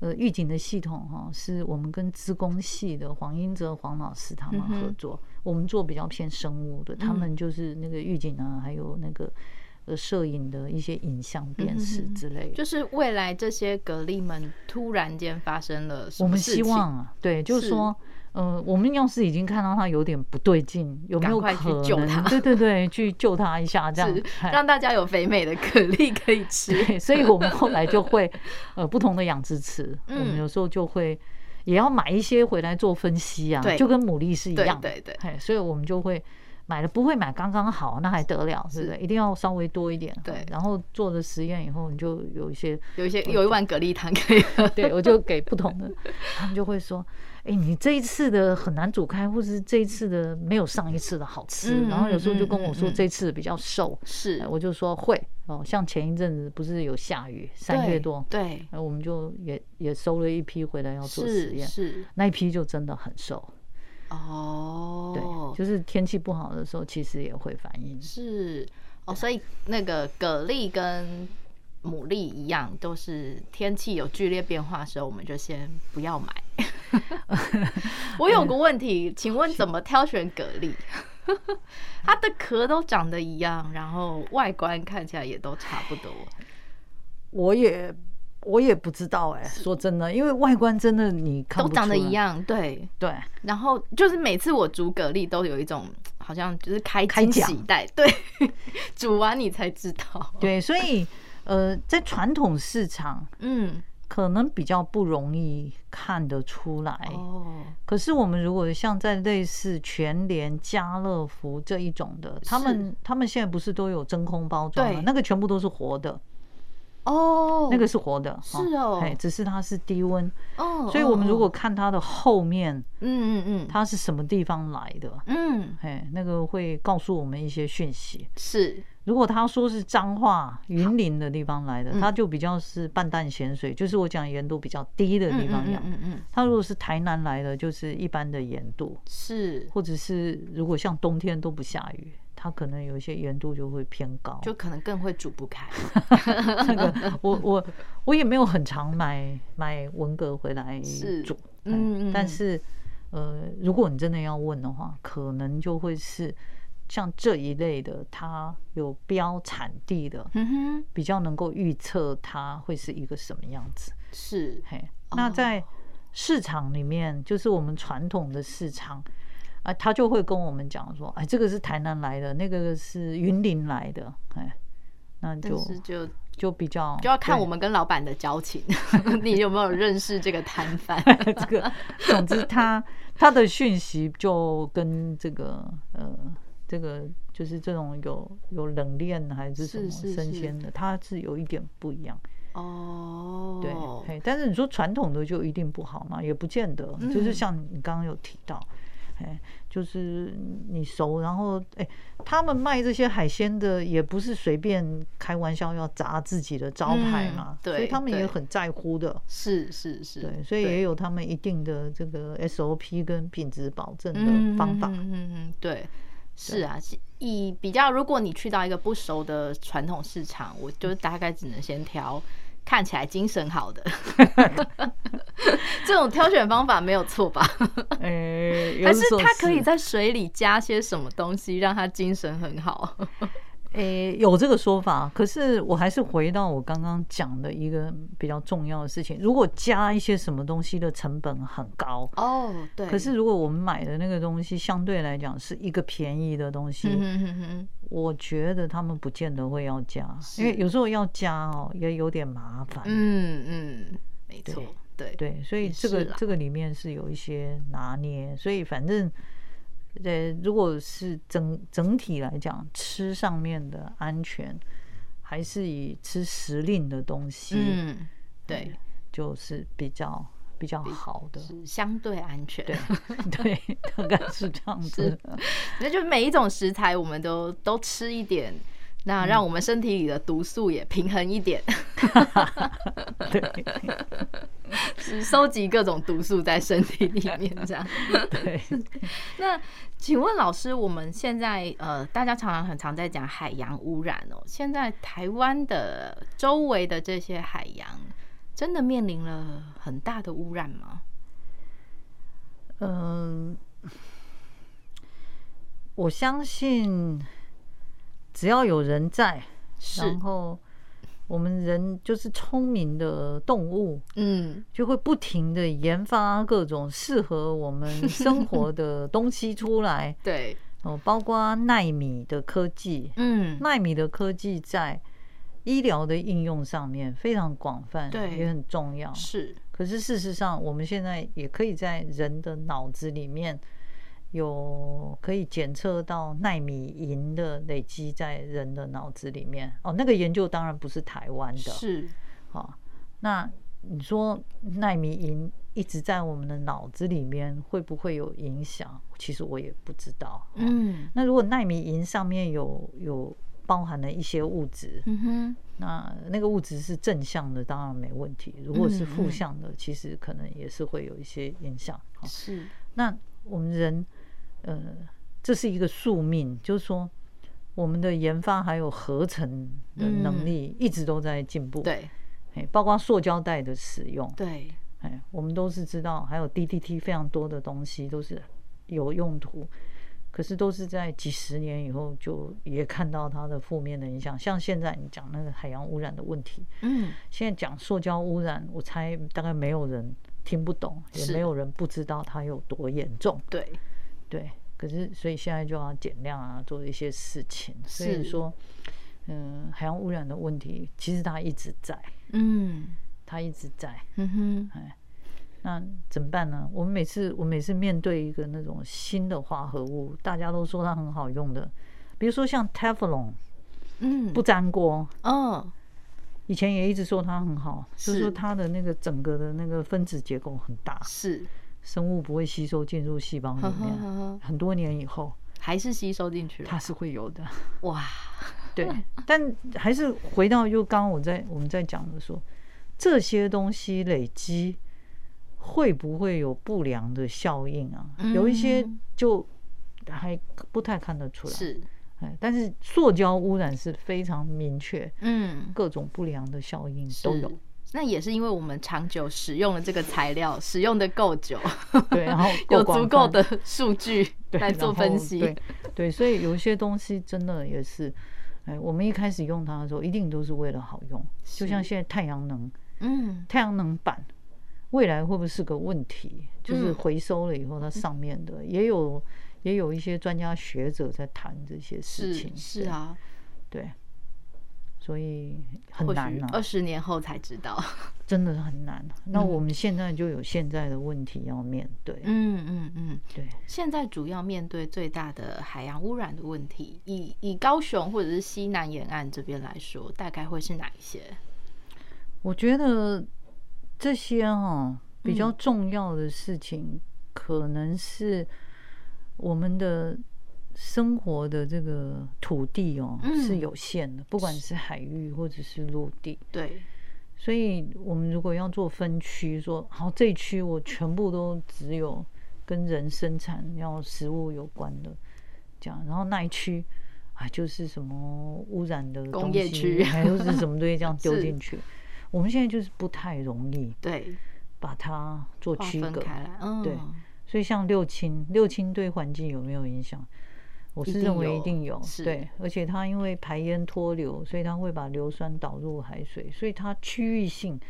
Speaker 3: 呃预警的系统哈、是我们跟资工系的黄英哲黄老师他
Speaker 4: 嗯
Speaker 3: 们合作，我们做比较偏生物的，他们就是那个预警啊，还有那个呃摄影的一些影像辨识之类的。
Speaker 4: 嗯就是未来这些蛤蜊们突然间发生了什
Speaker 3: 我
Speaker 4: 么
Speaker 3: 们
Speaker 4: 事
Speaker 3: 希
Speaker 4: 情，
Speaker 3: 望啊，对，就是说。呃，我们要是已经看到它有点不对劲，有没有
Speaker 4: 赶快去
Speaker 3: 可
Speaker 4: 救它
Speaker 3: 能？对对对，去救它一下，这样
Speaker 4: 是
Speaker 3: 哎
Speaker 4: 让大家有肥美的蛤蜊可以 吃，
Speaker 3: 对，所以我们后来就 会呃不同的养殖池，我
Speaker 4: 嗯
Speaker 3: 们有时候就会也要买一些回来做分析啊
Speaker 4: 对，
Speaker 3: 就跟牡蛎是一
Speaker 4: 对
Speaker 3: 样的，
Speaker 4: 对对，
Speaker 3: 嘿，所以我们就会。买了不会买刚刚好，那还得了，对不对？一定要稍微多一点。
Speaker 4: 对
Speaker 3: 然后做了实验以后，你就有一些，
Speaker 4: 有一些有一碗蛤蜊汤可以喝，
Speaker 3: 对我就给不同的， 他们就会说，哎，你这一次的很难煮开，或是这一次的没有上一次的好吃。
Speaker 4: 嗯
Speaker 3: 然后有时候就
Speaker 4: 嗯
Speaker 3: 跟我说
Speaker 4: 嗯嗯
Speaker 3: 这次比较瘦，
Speaker 4: 是
Speaker 3: 哎我就说会哦。像前一阵子不是有下雨，三月
Speaker 4: 对
Speaker 3: 多，
Speaker 4: 对，
Speaker 3: 然后我们就也也收了一批回来要做实
Speaker 4: 是
Speaker 3: 验，
Speaker 4: 是，
Speaker 3: 那一批就真的很瘦，
Speaker 4: 哦，
Speaker 3: 对，就是天气不好的时候，其实也会反应。
Speaker 4: 是哦，所以那个蛤蜊跟牡蛎一样，都是天气有剧烈变化的时候，我们就先 不要买。我有个问题，请问怎么挑选蛤蜊？它的壳都长得一样，然后外观看起来也都差不多。
Speaker 3: 我也我也不知道哎、说真的，因为外观真的你看
Speaker 4: 都
Speaker 3: 不
Speaker 4: 长
Speaker 3: 出
Speaker 4: 得
Speaker 3: 来
Speaker 4: 一，样，对。
Speaker 3: 对，
Speaker 4: 然后就是每次我煮蛤蜊都有一种好像就是开
Speaker 3: 开
Speaker 4: 惊
Speaker 3: 奖
Speaker 4: 喜袋，对， 煮完你才知道。
Speaker 3: 对，所以呃，在传统市场
Speaker 4: 嗯，
Speaker 3: 可能比较不容易看得出来。
Speaker 4: 哦，
Speaker 3: 可是我们如果像在类似全联、家乐福这一种的，他们他们现在不是都有真空包装吗
Speaker 4: 对？
Speaker 3: 那个全部都是活的，
Speaker 4: 哦，
Speaker 3: 那个是活的，
Speaker 4: 是
Speaker 3: 哈
Speaker 4: 哦
Speaker 3: 哎，只是它是低温，
Speaker 4: 哦，
Speaker 3: 所以我们
Speaker 4: 哦
Speaker 3: 如果，看它的后面，
Speaker 4: 嗯嗯嗯，
Speaker 3: 它是什么地方来的，
Speaker 4: 嗯
Speaker 3: 哎，那个会告诉我们一些讯息。
Speaker 4: 是
Speaker 3: 如果他说是彰化、云林的地方来的，
Speaker 4: 嗯
Speaker 3: 他就比较是半淡咸水，就是我讲盐度比较低的地方
Speaker 4: 嗯
Speaker 3: 养
Speaker 4: 嗯。嗯嗯嗯，
Speaker 3: 他如果是台南来的，就是一般的盐度，
Speaker 4: 是
Speaker 3: 或者是如果像冬天都不下雨，它可能有一些盐度就会偏高。
Speaker 4: 就可能更会煮不开。
Speaker 3: 那个，我我我也没有很常买买文蛤回来
Speaker 4: 是
Speaker 3: 煮，哎
Speaker 4: 嗯嗯嗯
Speaker 3: 但是呃，如果你真的要问的话，可能就会是像这一类的，它有标产地的，
Speaker 4: 嗯哼，
Speaker 3: 比较能够预测它会是一个什么样子。
Speaker 4: 是
Speaker 3: 嘿，那
Speaker 4: 哦
Speaker 3: 在市场里面，就是我们传统的市场。啊，他就会跟我们讲说，哎，这个是台南来的，那个是云林来的，哎，那
Speaker 4: 但
Speaker 3: 就是
Speaker 4: 就
Speaker 3: 就比较
Speaker 4: 就要看
Speaker 3: 对
Speaker 4: 我们跟老板的交情， 你有没有认识这个摊 贩？
Speaker 3: 这个，总之他他的讯息就跟这个呃，这个就是这种有有冷链还是什么
Speaker 4: 是是
Speaker 3: 生
Speaker 4: 是
Speaker 3: 鲜的，它是有一点不一样。
Speaker 4: 哦，
Speaker 3: 对，嘿但是你说传统的就一定不好吗？也不见得，
Speaker 4: 嗯
Speaker 3: 就是像你刚刚有提到。哎，就是你熟，然后哎，他们卖这些海鲜的也不是随便开玩笑要砸自己的招牌
Speaker 4: 嗯
Speaker 3: 嘛，
Speaker 4: 对
Speaker 3: 所以他们
Speaker 4: 对
Speaker 3: 也很在乎的。
Speaker 4: 是是是，
Speaker 3: 对，所以
Speaker 4: 对
Speaker 3: 也有他们一定的这个 SOP 跟品质保证的方法。
Speaker 4: 嗯嗯嗯嗯嗯，对，是啊，是以比较，如果你去到一个不熟的传统市场，我就大概只能先挑看起来精神好的，这种挑选方法没有错吧？
Speaker 3: 诶，哎有
Speaker 4: 还是
Speaker 3: 时候
Speaker 4: 它可以在水里加些什么东西，让它精神很好？
Speaker 3: 诶有这个说法，可是我还是回到我刚刚讲的一个比较重要的事情：如果加一些什么东西的成本很高，
Speaker 4: 哦，对，
Speaker 3: 可是如果我们买的那个东西相对来讲是一个便宜的东西，
Speaker 4: 嗯哼哼哼，
Speaker 3: 我觉得他们不见得会要加，因为有时候要加哦也有点麻烦。
Speaker 4: 嗯嗯，没
Speaker 3: 对
Speaker 4: 错，对
Speaker 3: 对，所以
Speaker 4: 也
Speaker 3: 这个
Speaker 4: 是啦
Speaker 3: 这个里面是有一些拿捏，所以反正，呃，如果是整整体来讲，吃上面的安全，还是以吃时令的东西，
Speaker 4: 嗯，对，
Speaker 3: 就是比较比较好的，
Speaker 4: 是相对安全。
Speaker 3: 对 对，大概是这样子。
Speaker 4: 那就每一种食材我们都都吃一点，那
Speaker 3: 嗯
Speaker 4: 让我们身体里的毒素也平衡一点，
Speaker 3: 对
Speaker 4: 是收集各种毒素在身体里面这样。
Speaker 3: 对，
Speaker 4: 那请问老师，我们现在呃，大家常常很常在讲海洋污染哦，现在台湾的周围的这些海洋。真的面临了很大的污染吗？
Speaker 3: 嗯、我相信只要有人在，
Speaker 4: 是，
Speaker 3: 然后我们人就是聪明的动物。
Speaker 4: 嗯，
Speaker 3: 就会不停的研发各种适合我们生活的东西出来
Speaker 4: 对，
Speaker 3: 哦，包括纳米的科技，
Speaker 4: 嗯，
Speaker 3: 纳米的科技在医疗的应用上面非常广泛，
Speaker 4: 对
Speaker 3: 也很重要。
Speaker 4: 是，
Speaker 3: 可是事实上，我们现在也可以在人的脑子里面有可以检测到纳米银的累积在人的脑子里面哦。那个研究当然不是台湾的，哦
Speaker 4: 是，
Speaker 3: 好、那你说纳米银一直在我们的脑子里面，会不会有影响？其实我也不知道。哦，
Speaker 4: 嗯，
Speaker 3: 那如果纳米银上面有有包含了一些物质，
Speaker 4: 嗯哼，
Speaker 3: 那那个物质是正向的，当然没问题；如果是负向的，其实可能也是会有一些影响。哦
Speaker 4: 是，
Speaker 3: 那我们人，呃，这是一个宿命，就是说。我们的研发还有合成的能力一直都在进步，
Speaker 4: 对，
Speaker 3: 哎，包括塑胶袋的使用，
Speaker 4: 对，
Speaker 3: 哎，我们都是知道，还有 DDT 非常多的东西都是有用途，可可是都是在几十年以后就也看到它的负面的影响。像现在你讲那个海洋污染的问题，
Speaker 4: 嗯，
Speaker 3: 现在讲塑胶污染，我猜大概没有人听不懂，也
Speaker 4: 是
Speaker 3: 没有人不知道它有多严重。
Speaker 4: 对，
Speaker 3: 对，可是所以现在就要减量啊，做一些事情。所以
Speaker 4: 是
Speaker 3: 说，嗯、海洋污染的问题其实它一直在，
Speaker 4: 嗯
Speaker 3: 它一直在。
Speaker 4: 嗯哼，
Speaker 3: 那怎么办呢？我们每次我每次面对一个那种新的化合物，大家都说它很好用的，比如说像 Teflon
Speaker 4: 嗯，
Speaker 3: 不，粘锅，
Speaker 4: 哦，
Speaker 3: 以前也一直说它很好，就是
Speaker 4: 是
Speaker 3: 说它的那个整个的那个分子结构很大，
Speaker 4: 是，
Speaker 3: 生物不会吸收进入细胞里
Speaker 4: 呵呵呵
Speaker 3: 面。
Speaker 4: 呵，
Speaker 3: 很多年以后，
Speaker 4: 还是吸收进去了，
Speaker 3: 它是会有 的。
Speaker 4: 哇，
Speaker 3: 对，但还是回到就刚刚我在我们在讲的说，这些东西累积会不会有不良的效应啊？有一些
Speaker 4: 嗯
Speaker 3: 就还不太看得出来，
Speaker 4: 是，
Speaker 3: 哎，但是塑胶污染是非常明确，
Speaker 4: 嗯，
Speaker 3: 各种不良的效应都有
Speaker 4: 是。。那也是因为我们长久使用了这个材料，使用的够久，
Speaker 3: 对， 然后
Speaker 4: 有
Speaker 3: 够广
Speaker 4: 足够
Speaker 3: 泛
Speaker 4: 的数据
Speaker 3: 对
Speaker 4: 来做
Speaker 3: 然后
Speaker 4: 分析。
Speaker 3: 对对，所以有一些东西真的也是，哎，我们一开始用它的时候，一定都是为了好用，就像
Speaker 4: 是
Speaker 3: 现在太阳能。
Speaker 4: 嗯，
Speaker 3: 太阳能板未来会不会是个问题？就是
Speaker 4: 嗯
Speaker 3: 回收了以后，它上面的、也有也有一些专家学者在谈这些事
Speaker 4: 是
Speaker 3: 情。
Speaker 4: 是啊，
Speaker 3: 对，对，所以很
Speaker 4: 或
Speaker 3: 难啊
Speaker 4: 许
Speaker 3: 呐、
Speaker 4: 二十年后才知 道。
Speaker 3: 真的是很难、啊那
Speaker 4: 嗯
Speaker 3: 我们现在就有现在的问题要面对。
Speaker 4: 嗯嗯嗯，
Speaker 3: 对，
Speaker 4: 现在主要面对最大的海洋污染的问题，以以高雄或者是西南沿岸这边来说，大概会是哪一些？
Speaker 3: 我觉得这些哈、比较重要的事情，可能是我们的生活的这个土地哦、
Speaker 4: 嗯
Speaker 3: 是有限的，不管是海域或者是陆地，
Speaker 4: 对，
Speaker 3: 所以我们如果要做分区，说好这一区我全部都只有跟人生产要食物有关的，这样，然后那一区。啊，就是什么污染的
Speaker 4: 工
Speaker 3: 东
Speaker 4: 业
Speaker 3: 西
Speaker 4: 区
Speaker 3: 还有是什么东西这 样丢
Speaker 4: 是
Speaker 3: 进去。我们现在就是不太容易
Speaker 4: 对，
Speaker 3: 把它做
Speaker 4: 划
Speaker 3: 区
Speaker 4: 分
Speaker 3: 隔。
Speaker 4: 开来，嗯，
Speaker 3: 对所以像六亲，六亲对环境有没有影响？我
Speaker 4: 一
Speaker 3: 是
Speaker 4: 定
Speaker 3: 认为
Speaker 4: 有
Speaker 3: 一定有，
Speaker 4: 是
Speaker 3: 对，而且它因为排烟脱硫，所以它会把硫酸导入海水，所以它区域性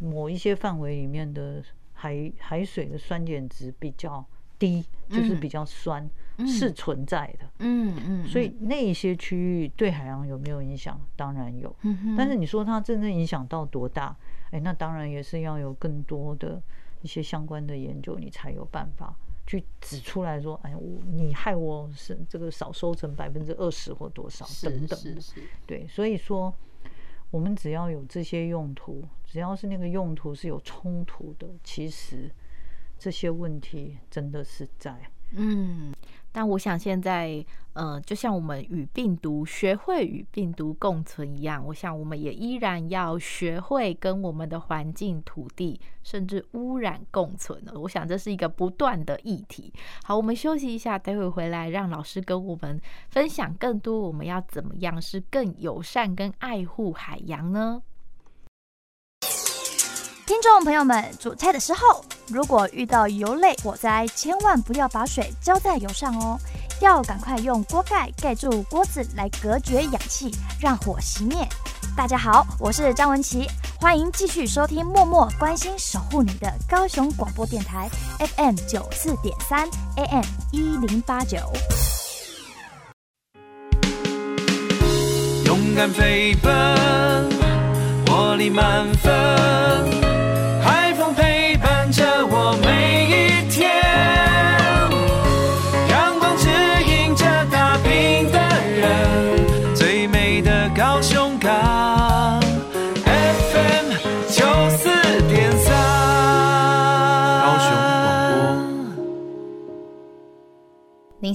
Speaker 3: 某一些范围里面的海海水的酸碱值比较低，就是比较酸，是存在的。
Speaker 4: 嗯嗯，
Speaker 3: 所以那一些区域对海洋有没有影响？当然有，
Speaker 4: 嗯哼，
Speaker 3: 但是你说它真正影响到多大？哎、那当然也是要有更多的一些相关的研究，你才有办法去指出来说，哎，我你害我是这个少收成百分之二十或多少
Speaker 4: 是
Speaker 3: 等等的
Speaker 4: 是是，
Speaker 3: 对，所以说我们只要有这些用途，只要是那个用途是有冲突的，其实这些问题真的是 在。
Speaker 4: 嗯，
Speaker 2: 但我想现在，呃，就像我们与病毒学会与病毒共存一样，我想我们也依然要学会跟我们的环境、土地甚至污染共存了。我想这是一个不断的议题。好，我们休息一下，待会回来让老师跟我们分享更多，我们要怎么样是更友善跟爱护海洋呢？
Speaker 8: 听众朋友们，煮菜的时候，如果遇到油类火灾，千万不要把水浇在油上哦，要赶快用锅盖盖住锅子来隔绝氧气，让火熄灭。大家好，我是张文琪，欢迎继续收听默默关心守护你的高雄广播电台 FM 九四点三 AM 一零八九。
Speaker 1: 勇敢飞奔，活力满分，海风陪伴着我每一天，阳光指引着打拼的人，最美的高雄港，FM 九四点三，高雄广播。
Speaker 2: 您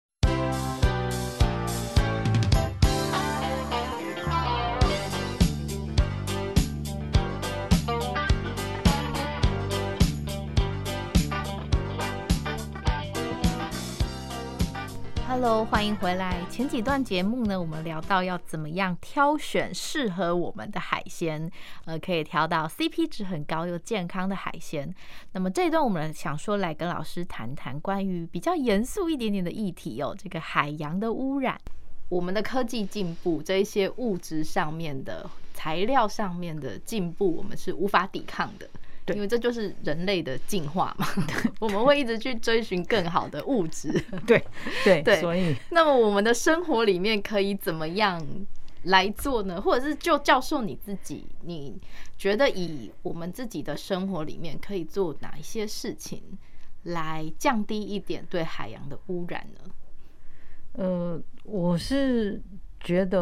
Speaker 4: Hello，欢迎回来。前几段节目呢，我们聊到要怎么样挑选适合我们的海鲜，呃，可以挑到 CP 值很高又健康的海鲜。那么这一段我们想说来跟老师谈谈关于比较严肃一点点的议题哦，这个海洋的污染。我们的科技进步，这一些物质上面的、材料上面的进步，我们是无法抵抗的。
Speaker 3: 对
Speaker 4: 因为这就是人类的进化 嘛，我们会一直去追寻更好的物质。
Speaker 3: 对对
Speaker 4: 对
Speaker 3: 所以
Speaker 4: 那么我们的生活里面可以怎么样来做呢？或者是就教授你自己，你觉得以我们自己的生活里面可以做哪一些事情来降低一点对海洋的污染呢？
Speaker 3: 呃，我是觉得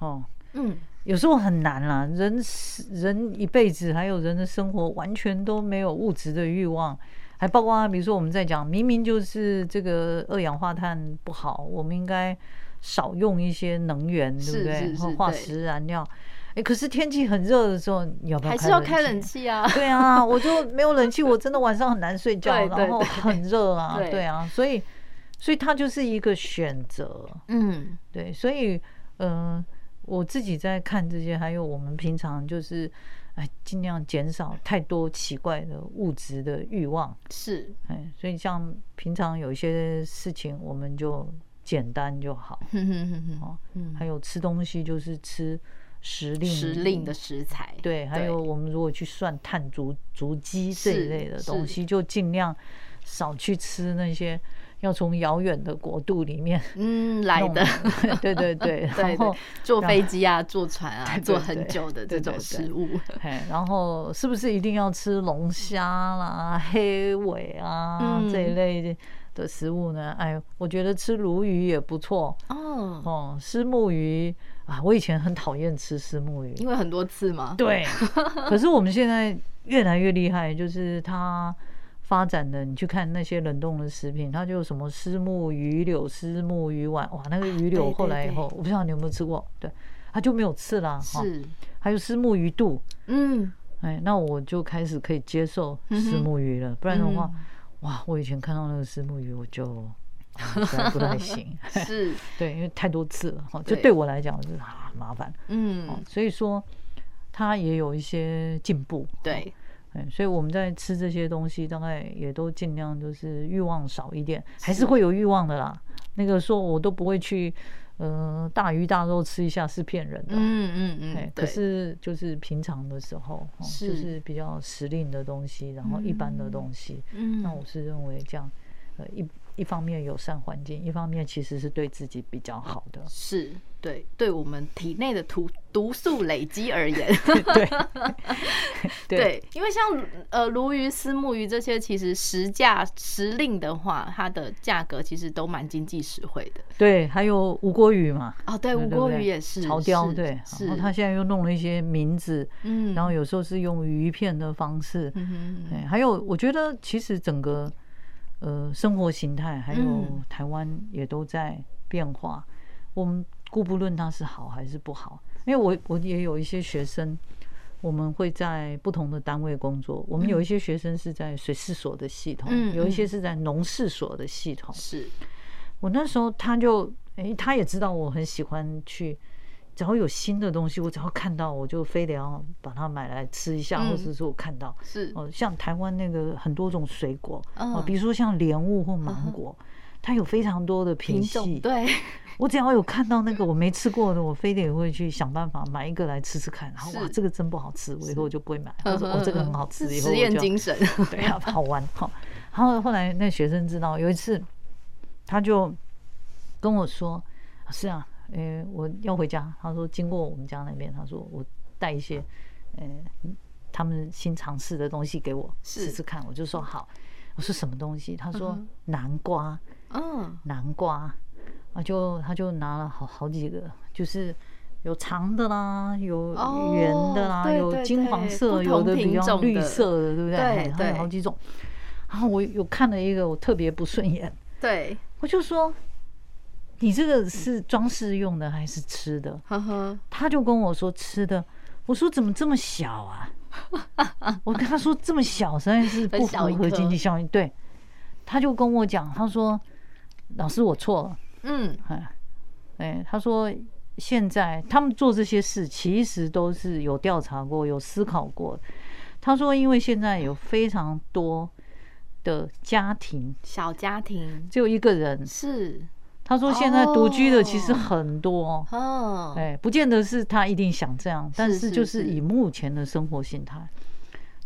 Speaker 3: 哦，
Speaker 4: 嗯，
Speaker 3: 有时候很难啦，人是人一辈子还有人的生活完全都没有物质的欲望，还包括比如说我们在讲，明明就是这个二氧化碳不好，我们应该少用一些能源，对
Speaker 4: 是
Speaker 3: 不对？
Speaker 4: 是是
Speaker 3: 或化
Speaker 4: 对
Speaker 3: 石燃料。哎，可是天气很热的时候，你要不要
Speaker 4: 还是要开
Speaker 3: 冷
Speaker 4: 冷
Speaker 3: 气？
Speaker 4: 气啊。
Speaker 3: 对啊，我就没有冷气，我真的晚上很难睡觉，
Speaker 4: 对对
Speaker 3: 然后
Speaker 4: 对
Speaker 3: 很热啊，
Speaker 4: 对
Speaker 3: 对啊，所以所以它就是一个选择，
Speaker 4: 嗯，
Speaker 3: 对，所以嗯、呃我自己在看这些，还有我们平常就是哎，尽量减少太多奇怪的物质的欲望，
Speaker 4: 是，
Speaker 3: 哎，所以像平常有一些事情，我们就简单就好，
Speaker 4: 哼哼哼哼
Speaker 3: 哦，
Speaker 4: 嗯
Speaker 3: 还有吃东西就是吃时令
Speaker 4: 时令的食材，
Speaker 3: 对，还有我们如果去算碳足足迹这一
Speaker 4: 是
Speaker 3: 类的
Speaker 4: 是
Speaker 3: 东西，就尽量少去吃那些要从遥远的国度里面
Speaker 4: 嗯来
Speaker 3: 弄
Speaker 4: 的，
Speaker 3: 对对对，然
Speaker 4: 对
Speaker 3: 后
Speaker 4: 对，坐
Speaker 3: 然
Speaker 4: 飞机啊，坐船啊，
Speaker 3: 对对
Speaker 4: 坐
Speaker 3: 对
Speaker 4: 很久的这
Speaker 3: 对
Speaker 4: 种
Speaker 3: 对对
Speaker 4: 食物，
Speaker 3: 哎，然后是不是一定要吃龙虾啦、黑尾啊、这一
Speaker 4: 嗯
Speaker 3: 类的食物呢？哎，我觉得吃鲈鱼也不错
Speaker 4: 哦，
Speaker 3: 哦，虱目鱼啊，我以前很讨厌吃虱目鱼，
Speaker 4: 因为很多次嘛，
Speaker 3: 对，可是我们现在越来越厉害，就是它发展的，你去看那些冷冻的食品，它就有什么虱目鱼柳、虱目鱼丸，哇，那个鱼柳
Speaker 4: 对
Speaker 3: 后来以
Speaker 4: 对
Speaker 3: 后，我不知道你有没有吃过，对，它就没有刺啦，哈，
Speaker 4: 是，
Speaker 3: 还有虱目鱼肚，
Speaker 4: 嗯，
Speaker 3: 哎，那我就开始可以接受虱目鱼了，不然的
Speaker 4: 嗯
Speaker 3: 话，哇，我以前看到那个虱目鱼，我 就。啊实在不太行，
Speaker 4: 是，
Speaker 3: 对，因为太多次了哈，就
Speaker 4: 对
Speaker 3: 对我来讲就是啊麻烦，哦
Speaker 4: 嗯，
Speaker 3: 所以说它也有一些进步，
Speaker 4: 对，
Speaker 3: 哎，所以我们在吃这些东西，大概也都尽量就是欲望少一点，还是会有欲望的啦。那个说我都不会去，呃，大鱼大肉吃一下是骗人的。
Speaker 4: 嗯嗯嗯
Speaker 3: 哎，，
Speaker 4: 对
Speaker 3: 可是就是平常的时候，哦、
Speaker 4: 是
Speaker 3: 就是比较时令的东西，然后一般的东西，
Speaker 4: 嗯
Speaker 3: 那我是认为这样，呃，一一方面友善环境，一方面其实是对自己比较好的。
Speaker 4: 是对，对我们体内的毒毒素累积而言，
Speaker 3: 对，
Speaker 4: 对，因为像呃鲈鱼、丝木鱼这些，其实实价时令的话，它的价格其实都蛮经济实惠的。
Speaker 3: 对，还有吴锅鱼嘛，
Speaker 4: 哦，对，
Speaker 3: 对
Speaker 4: 吴
Speaker 3: 不
Speaker 4: 锅
Speaker 3: 对
Speaker 4: 鱼也是
Speaker 3: 潮雕
Speaker 4: 是
Speaker 3: 对，
Speaker 4: 是
Speaker 3: 然后他现在又弄了一些名字，
Speaker 4: 嗯，
Speaker 3: 然后有时候是用鱼片的方式，
Speaker 4: 嗯哼
Speaker 3: 哎，还有我觉得其实整个呃生活形态还有
Speaker 4: 嗯
Speaker 3: 台湾也都在变化，我们顾不论它是好还是不好，因为我我也有一些学生。我们会在不同的单位工作，我们有一些学生是在水事所的系统，
Speaker 4: 嗯
Speaker 3: 有一些
Speaker 4: 嗯
Speaker 3: 是在农事所的系统，
Speaker 4: 是
Speaker 3: 我那时候他就，诶，他也知道我很喜欢去，只要有新的东西，我只要看到，我就非得要把它买来吃一下，
Speaker 4: 嗯
Speaker 3: 或者是我看到，
Speaker 4: 是
Speaker 3: 哦，像台湾那个很多种水果，哦
Speaker 4: 嗯，
Speaker 3: 比如说像莲雾或芒果，它有非常多的品
Speaker 4: 品
Speaker 3: 系
Speaker 4: 种，对，
Speaker 3: 我只要有看到那个我没吃过的，我非得会去想办法买一个来吃吃看，然后哇，
Speaker 4: 是
Speaker 3: 这个真不好吃，我以后就不会买，或
Speaker 4: 嗯
Speaker 3: 者
Speaker 4: 哼
Speaker 3: 哦，这个
Speaker 4: 嗯
Speaker 3: 很好吃，以后
Speaker 4: 实
Speaker 3: 我
Speaker 4: 验
Speaker 3: 就
Speaker 4: 精神，
Speaker 3: 对啊，好玩哈。然后后来那学生知道，有一次他就跟我说：“是啊，呃，我要回家。”他说经过我们家那边，他说我带一些呃他们新尝试的东西给我
Speaker 4: 是
Speaker 3: 试试看。我就说好。我说什么东西？他说南瓜，
Speaker 4: 嗯，
Speaker 3: 南瓜啊，就他就拿了好好几个，就是。有长的啦，有
Speaker 4: 哦
Speaker 3: 圆的啦，
Speaker 4: 对
Speaker 3: 有
Speaker 4: 对
Speaker 3: 金黄
Speaker 4: 对
Speaker 3: 色，
Speaker 4: 不
Speaker 3: 有
Speaker 4: 同
Speaker 3: 的比
Speaker 4: 品
Speaker 3: 较
Speaker 4: 种
Speaker 3: 绿
Speaker 4: 的
Speaker 3: 色的，对不对？
Speaker 4: 对
Speaker 3: 哎它有
Speaker 4: 对
Speaker 3: 好几种。然后我有看了一个，我特别不顺眼，
Speaker 4: 对，
Speaker 3: 我就说：“你这个是装饰用的还是吃的
Speaker 4: 呵呵，？”
Speaker 3: 他就跟我说：“吃的。”我说：“怎么这么小啊？” 我跟他说：“这么小，实在是
Speaker 4: 很
Speaker 3: 不符
Speaker 4: 小一
Speaker 3: 合
Speaker 4: 颗
Speaker 3: 经济效益。”对，他就跟我讲，他说：“老师我错了，
Speaker 4: 嗯，
Speaker 3: 哎，哎，他说现在他们做这些事其实都是有调查过、有思考过的。他说，因为现在有非常多的家庭
Speaker 4: 小家庭
Speaker 3: 只有一个人，
Speaker 4: 是
Speaker 3: 他说现在独居的其实
Speaker 4: 哦
Speaker 3: 很多，
Speaker 4: 哦，
Speaker 3: 哎，不见得是他一定想这样，但
Speaker 4: 是
Speaker 3: 是
Speaker 4: 是
Speaker 3: 就是
Speaker 4: 是
Speaker 3: 以目前的生活形态，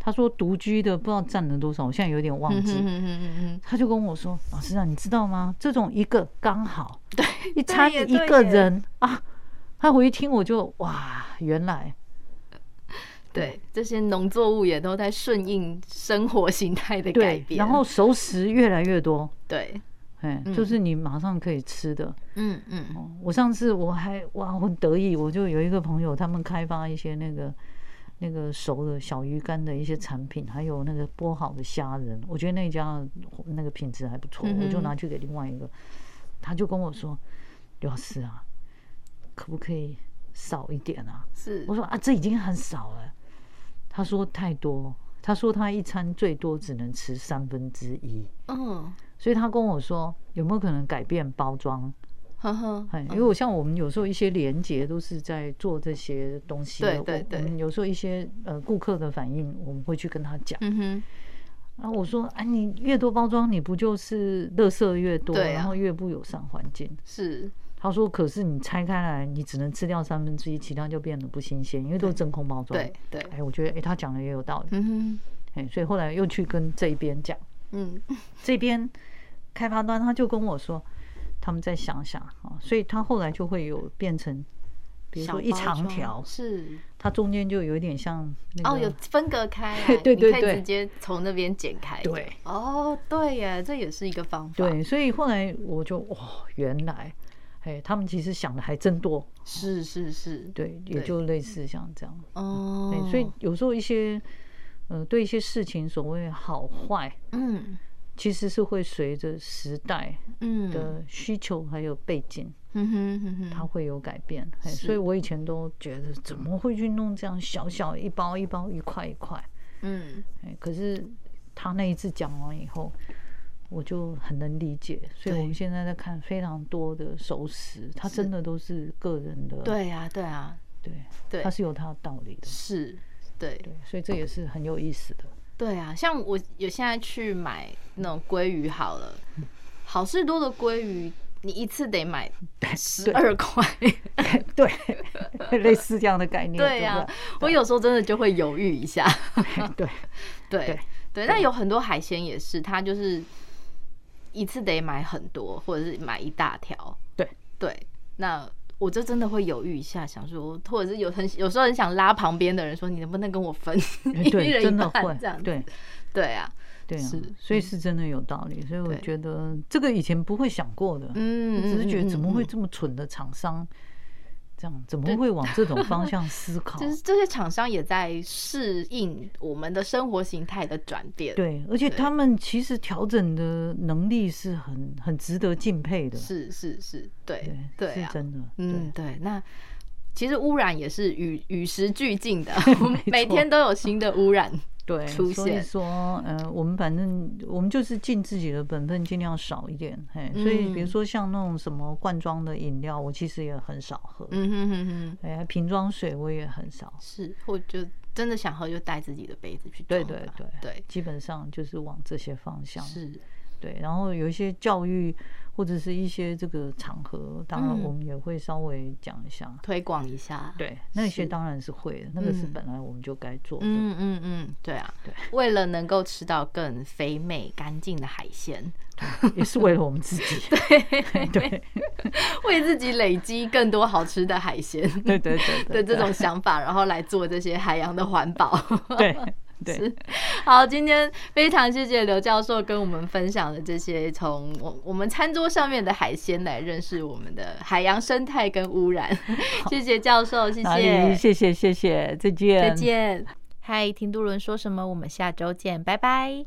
Speaker 3: 他说独居的不知道占了多少，我现在有点忘
Speaker 4: 嗯
Speaker 3: 记。
Speaker 4: 哼哼哼哼
Speaker 3: 他就跟我说：“老师啊，你知道吗？这种一个刚好，对，一
Speaker 4: 对
Speaker 3: 餐
Speaker 4: 耶
Speaker 3: 一
Speaker 4: 对
Speaker 3: 个
Speaker 4: 耶
Speaker 3: 人啊。”他我一听我就哇，原来
Speaker 4: 哼对，这些农作物也都在顺应生活形态的改
Speaker 3: 对，
Speaker 4: 变，
Speaker 3: 然后熟食越来越多，
Speaker 4: 对，
Speaker 3: 哎，
Speaker 4: 嗯
Speaker 3: 就是你马上可以吃的。
Speaker 4: 嗯嗯，
Speaker 3: 哦我上次我还哇，我很得意，我就有一个朋友，他们开发一些那个那个熟的小鱼干的一些产品，还有那个剥好的虾仁，我觉得那家那个品质还不错，
Speaker 4: 嗯哼
Speaker 3: 我就拿去给另外一个，他就跟我说：“刘老师啊，可不可以少一点啊？”
Speaker 4: 是
Speaker 3: 我说：“啊，这已经很少了。”他说：“太多。”他说他一餐最多只能吃三分之一，
Speaker 4: 嗯，
Speaker 3: 所以他跟我说有没有可能改变包装？
Speaker 4: 呵呵，
Speaker 3: 哎，因为我像我们有时候一些连接都是在做这些东西的，
Speaker 4: 对对
Speaker 3: 我
Speaker 4: 对
Speaker 3: 我们有时候一些呃顾客的反应，我们会去跟他讲。
Speaker 4: 嗯哼，
Speaker 3: 然后我说，哎、你越多包装，你不就是垃圾越多，
Speaker 4: 对啊
Speaker 3: 然后越不友善环境？
Speaker 4: 是
Speaker 3: 他说，可是你拆开来，你只能吃掉三分之一，其他就变得不新鲜，因为都是真空包装。
Speaker 4: 对，对，
Speaker 3: 哎，我觉得哎、他讲的也有道理，
Speaker 4: 嗯
Speaker 3: 哎，所以后来又去跟这一边讲。
Speaker 4: 哼，嗯
Speaker 3: 这边开发端他就跟我说，他们再想想啊，所以他后来就会有变成，比如
Speaker 4: 小
Speaker 3: 说一
Speaker 4: 包
Speaker 3: 长
Speaker 4: 装
Speaker 3: 条，
Speaker 4: 是
Speaker 3: 它中间就有一点像那
Speaker 4: 哦，有
Speaker 3: 个，
Speaker 4: 分隔开来，
Speaker 3: 对对
Speaker 4: 你可以
Speaker 3: 对
Speaker 4: 直接从那边剪开。
Speaker 3: 对，
Speaker 4: 哦，对耶，这也是一个方法。，
Speaker 3: 对，所以后来我就哇、原来，哎，他们其实想的还真多，
Speaker 4: 是是是，
Speaker 3: 对，也
Speaker 4: 对
Speaker 3: 就类似像这样，
Speaker 4: 哦
Speaker 3: 哎，，所以有时候一些，呃，对一些事情所谓好坏，
Speaker 4: 嗯
Speaker 3: 其实是会随着时代
Speaker 4: 嗯
Speaker 3: 的需求还有背景。
Speaker 4: 嗯哼嗯哼，
Speaker 3: 它会有改变，嘿
Speaker 4: 是
Speaker 3: 所以我以前都觉得怎么会去弄这样小小一包一包一块一块，
Speaker 4: 嗯
Speaker 3: 哎，可是他那一次讲完以后，我就很能理解，所以
Speaker 4: 对
Speaker 3: 我们现在在看非常多的熟食，它真的都是个人的，
Speaker 4: 对啊对啊
Speaker 3: 对，
Speaker 4: 对
Speaker 3: 它，是有它的道理的，
Speaker 4: 是，对
Speaker 3: 对，所以这也是很有意思的，
Speaker 4: 对啊，像我有现在去买那种鲑鱼好了，好事多的鲑鱼。你一次得买十二 块，
Speaker 3: 对， 类似这样的概念，
Speaker 4: 对
Speaker 3: 呀、
Speaker 4: 呀，我有时候真的就会犹豫一下。
Speaker 3: 对，
Speaker 4: 对
Speaker 3: 对
Speaker 4: 对，那有很多海鲜也是，它就是一次得买很多，或者是买一大条。
Speaker 3: 对
Speaker 4: 对，那我就真的会犹豫一下，想说，或者是有很有时候很想拉旁边的人说，你能不能跟我分一
Speaker 3: 哎对，
Speaker 4: 人一
Speaker 3: 真的
Speaker 4: 半
Speaker 3: 会
Speaker 4: 这样？，
Speaker 3: 对。
Speaker 4: 对啊，
Speaker 3: 对啊
Speaker 4: 是，嗯
Speaker 3: 所以是真的有道理，所以我
Speaker 4: 对
Speaker 3: 觉得这个以前不会想过的，
Speaker 4: 嗯，
Speaker 3: 只是觉
Speaker 4: 嗯
Speaker 3: 得怎么会？
Speaker 4: 嗯嗯
Speaker 3: 这么蠢的厂商，这样怎么会往这种 方向思考？
Speaker 4: 就是这些厂商也在适应我们的生活形态的转变。，
Speaker 3: 对，而且
Speaker 4: 对
Speaker 3: 他们其实调整的能力是很很值得敬佩的，
Speaker 4: 是是是，对
Speaker 3: 对，
Speaker 4: 对
Speaker 3: 是
Speaker 4: 啊，
Speaker 3: 真的，
Speaker 4: 嗯，
Speaker 3: 对，
Speaker 4: 对，那其实污染也是与与时俱 进的，我们每天都有新的污染。
Speaker 3: 对，
Speaker 4: 出
Speaker 3: 所以
Speaker 4: 现
Speaker 3: 说，呃，我们反正我们就是尽自己的本分，尽量少一点，嘿，所以比如
Speaker 4: 嗯
Speaker 3: 说像那种什么罐装的饮料，我其实也很少喝，
Speaker 4: 嗯哼哼哼，
Speaker 3: 哎，瓶装水我也很少，
Speaker 4: 是，或就真的想喝就带自己的杯子去
Speaker 3: 对
Speaker 4: 装吧。
Speaker 3: 对对
Speaker 4: 对，
Speaker 3: 基本上就是往这些方向。
Speaker 4: 是，
Speaker 3: 对，然后有一些教育或者是一些这个场合，当然
Speaker 4: 嗯
Speaker 3: 我们也会稍微讲一下。
Speaker 4: 推广一下。，
Speaker 3: 对，那些
Speaker 4: 是
Speaker 3: 当然是会的，那个是
Speaker 4: 嗯
Speaker 3: 本来我们就该做的。
Speaker 4: 嗯嗯嗯，对啊，
Speaker 3: 对
Speaker 4: 为了能够吃到更肥美干净的海鲜，
Speaker 3: 也是为了我们自己。 对对
Speaker 4: 为自己累积更多好吃的海鲜
Speaker 3: 对对对
Speaker 4: 的这种想法，然后来做这些海洋的环保。
Speaker 3: 对 对
Speaker 4: 是好，今天非常谢谢刘教授跟我们分享的这些从我我们餐桌上面的海鲜来认识我们的海洋生态跟污染。 谢谢教授，谢
Speaker 3: 哪里？
Speaker 4: 谢，
Speaker 3: 谢谢谢谢，再见
Speaker 4: 再见。
Speaker 2: 嗨，听杜伦说什么？我们下周见，拜拜。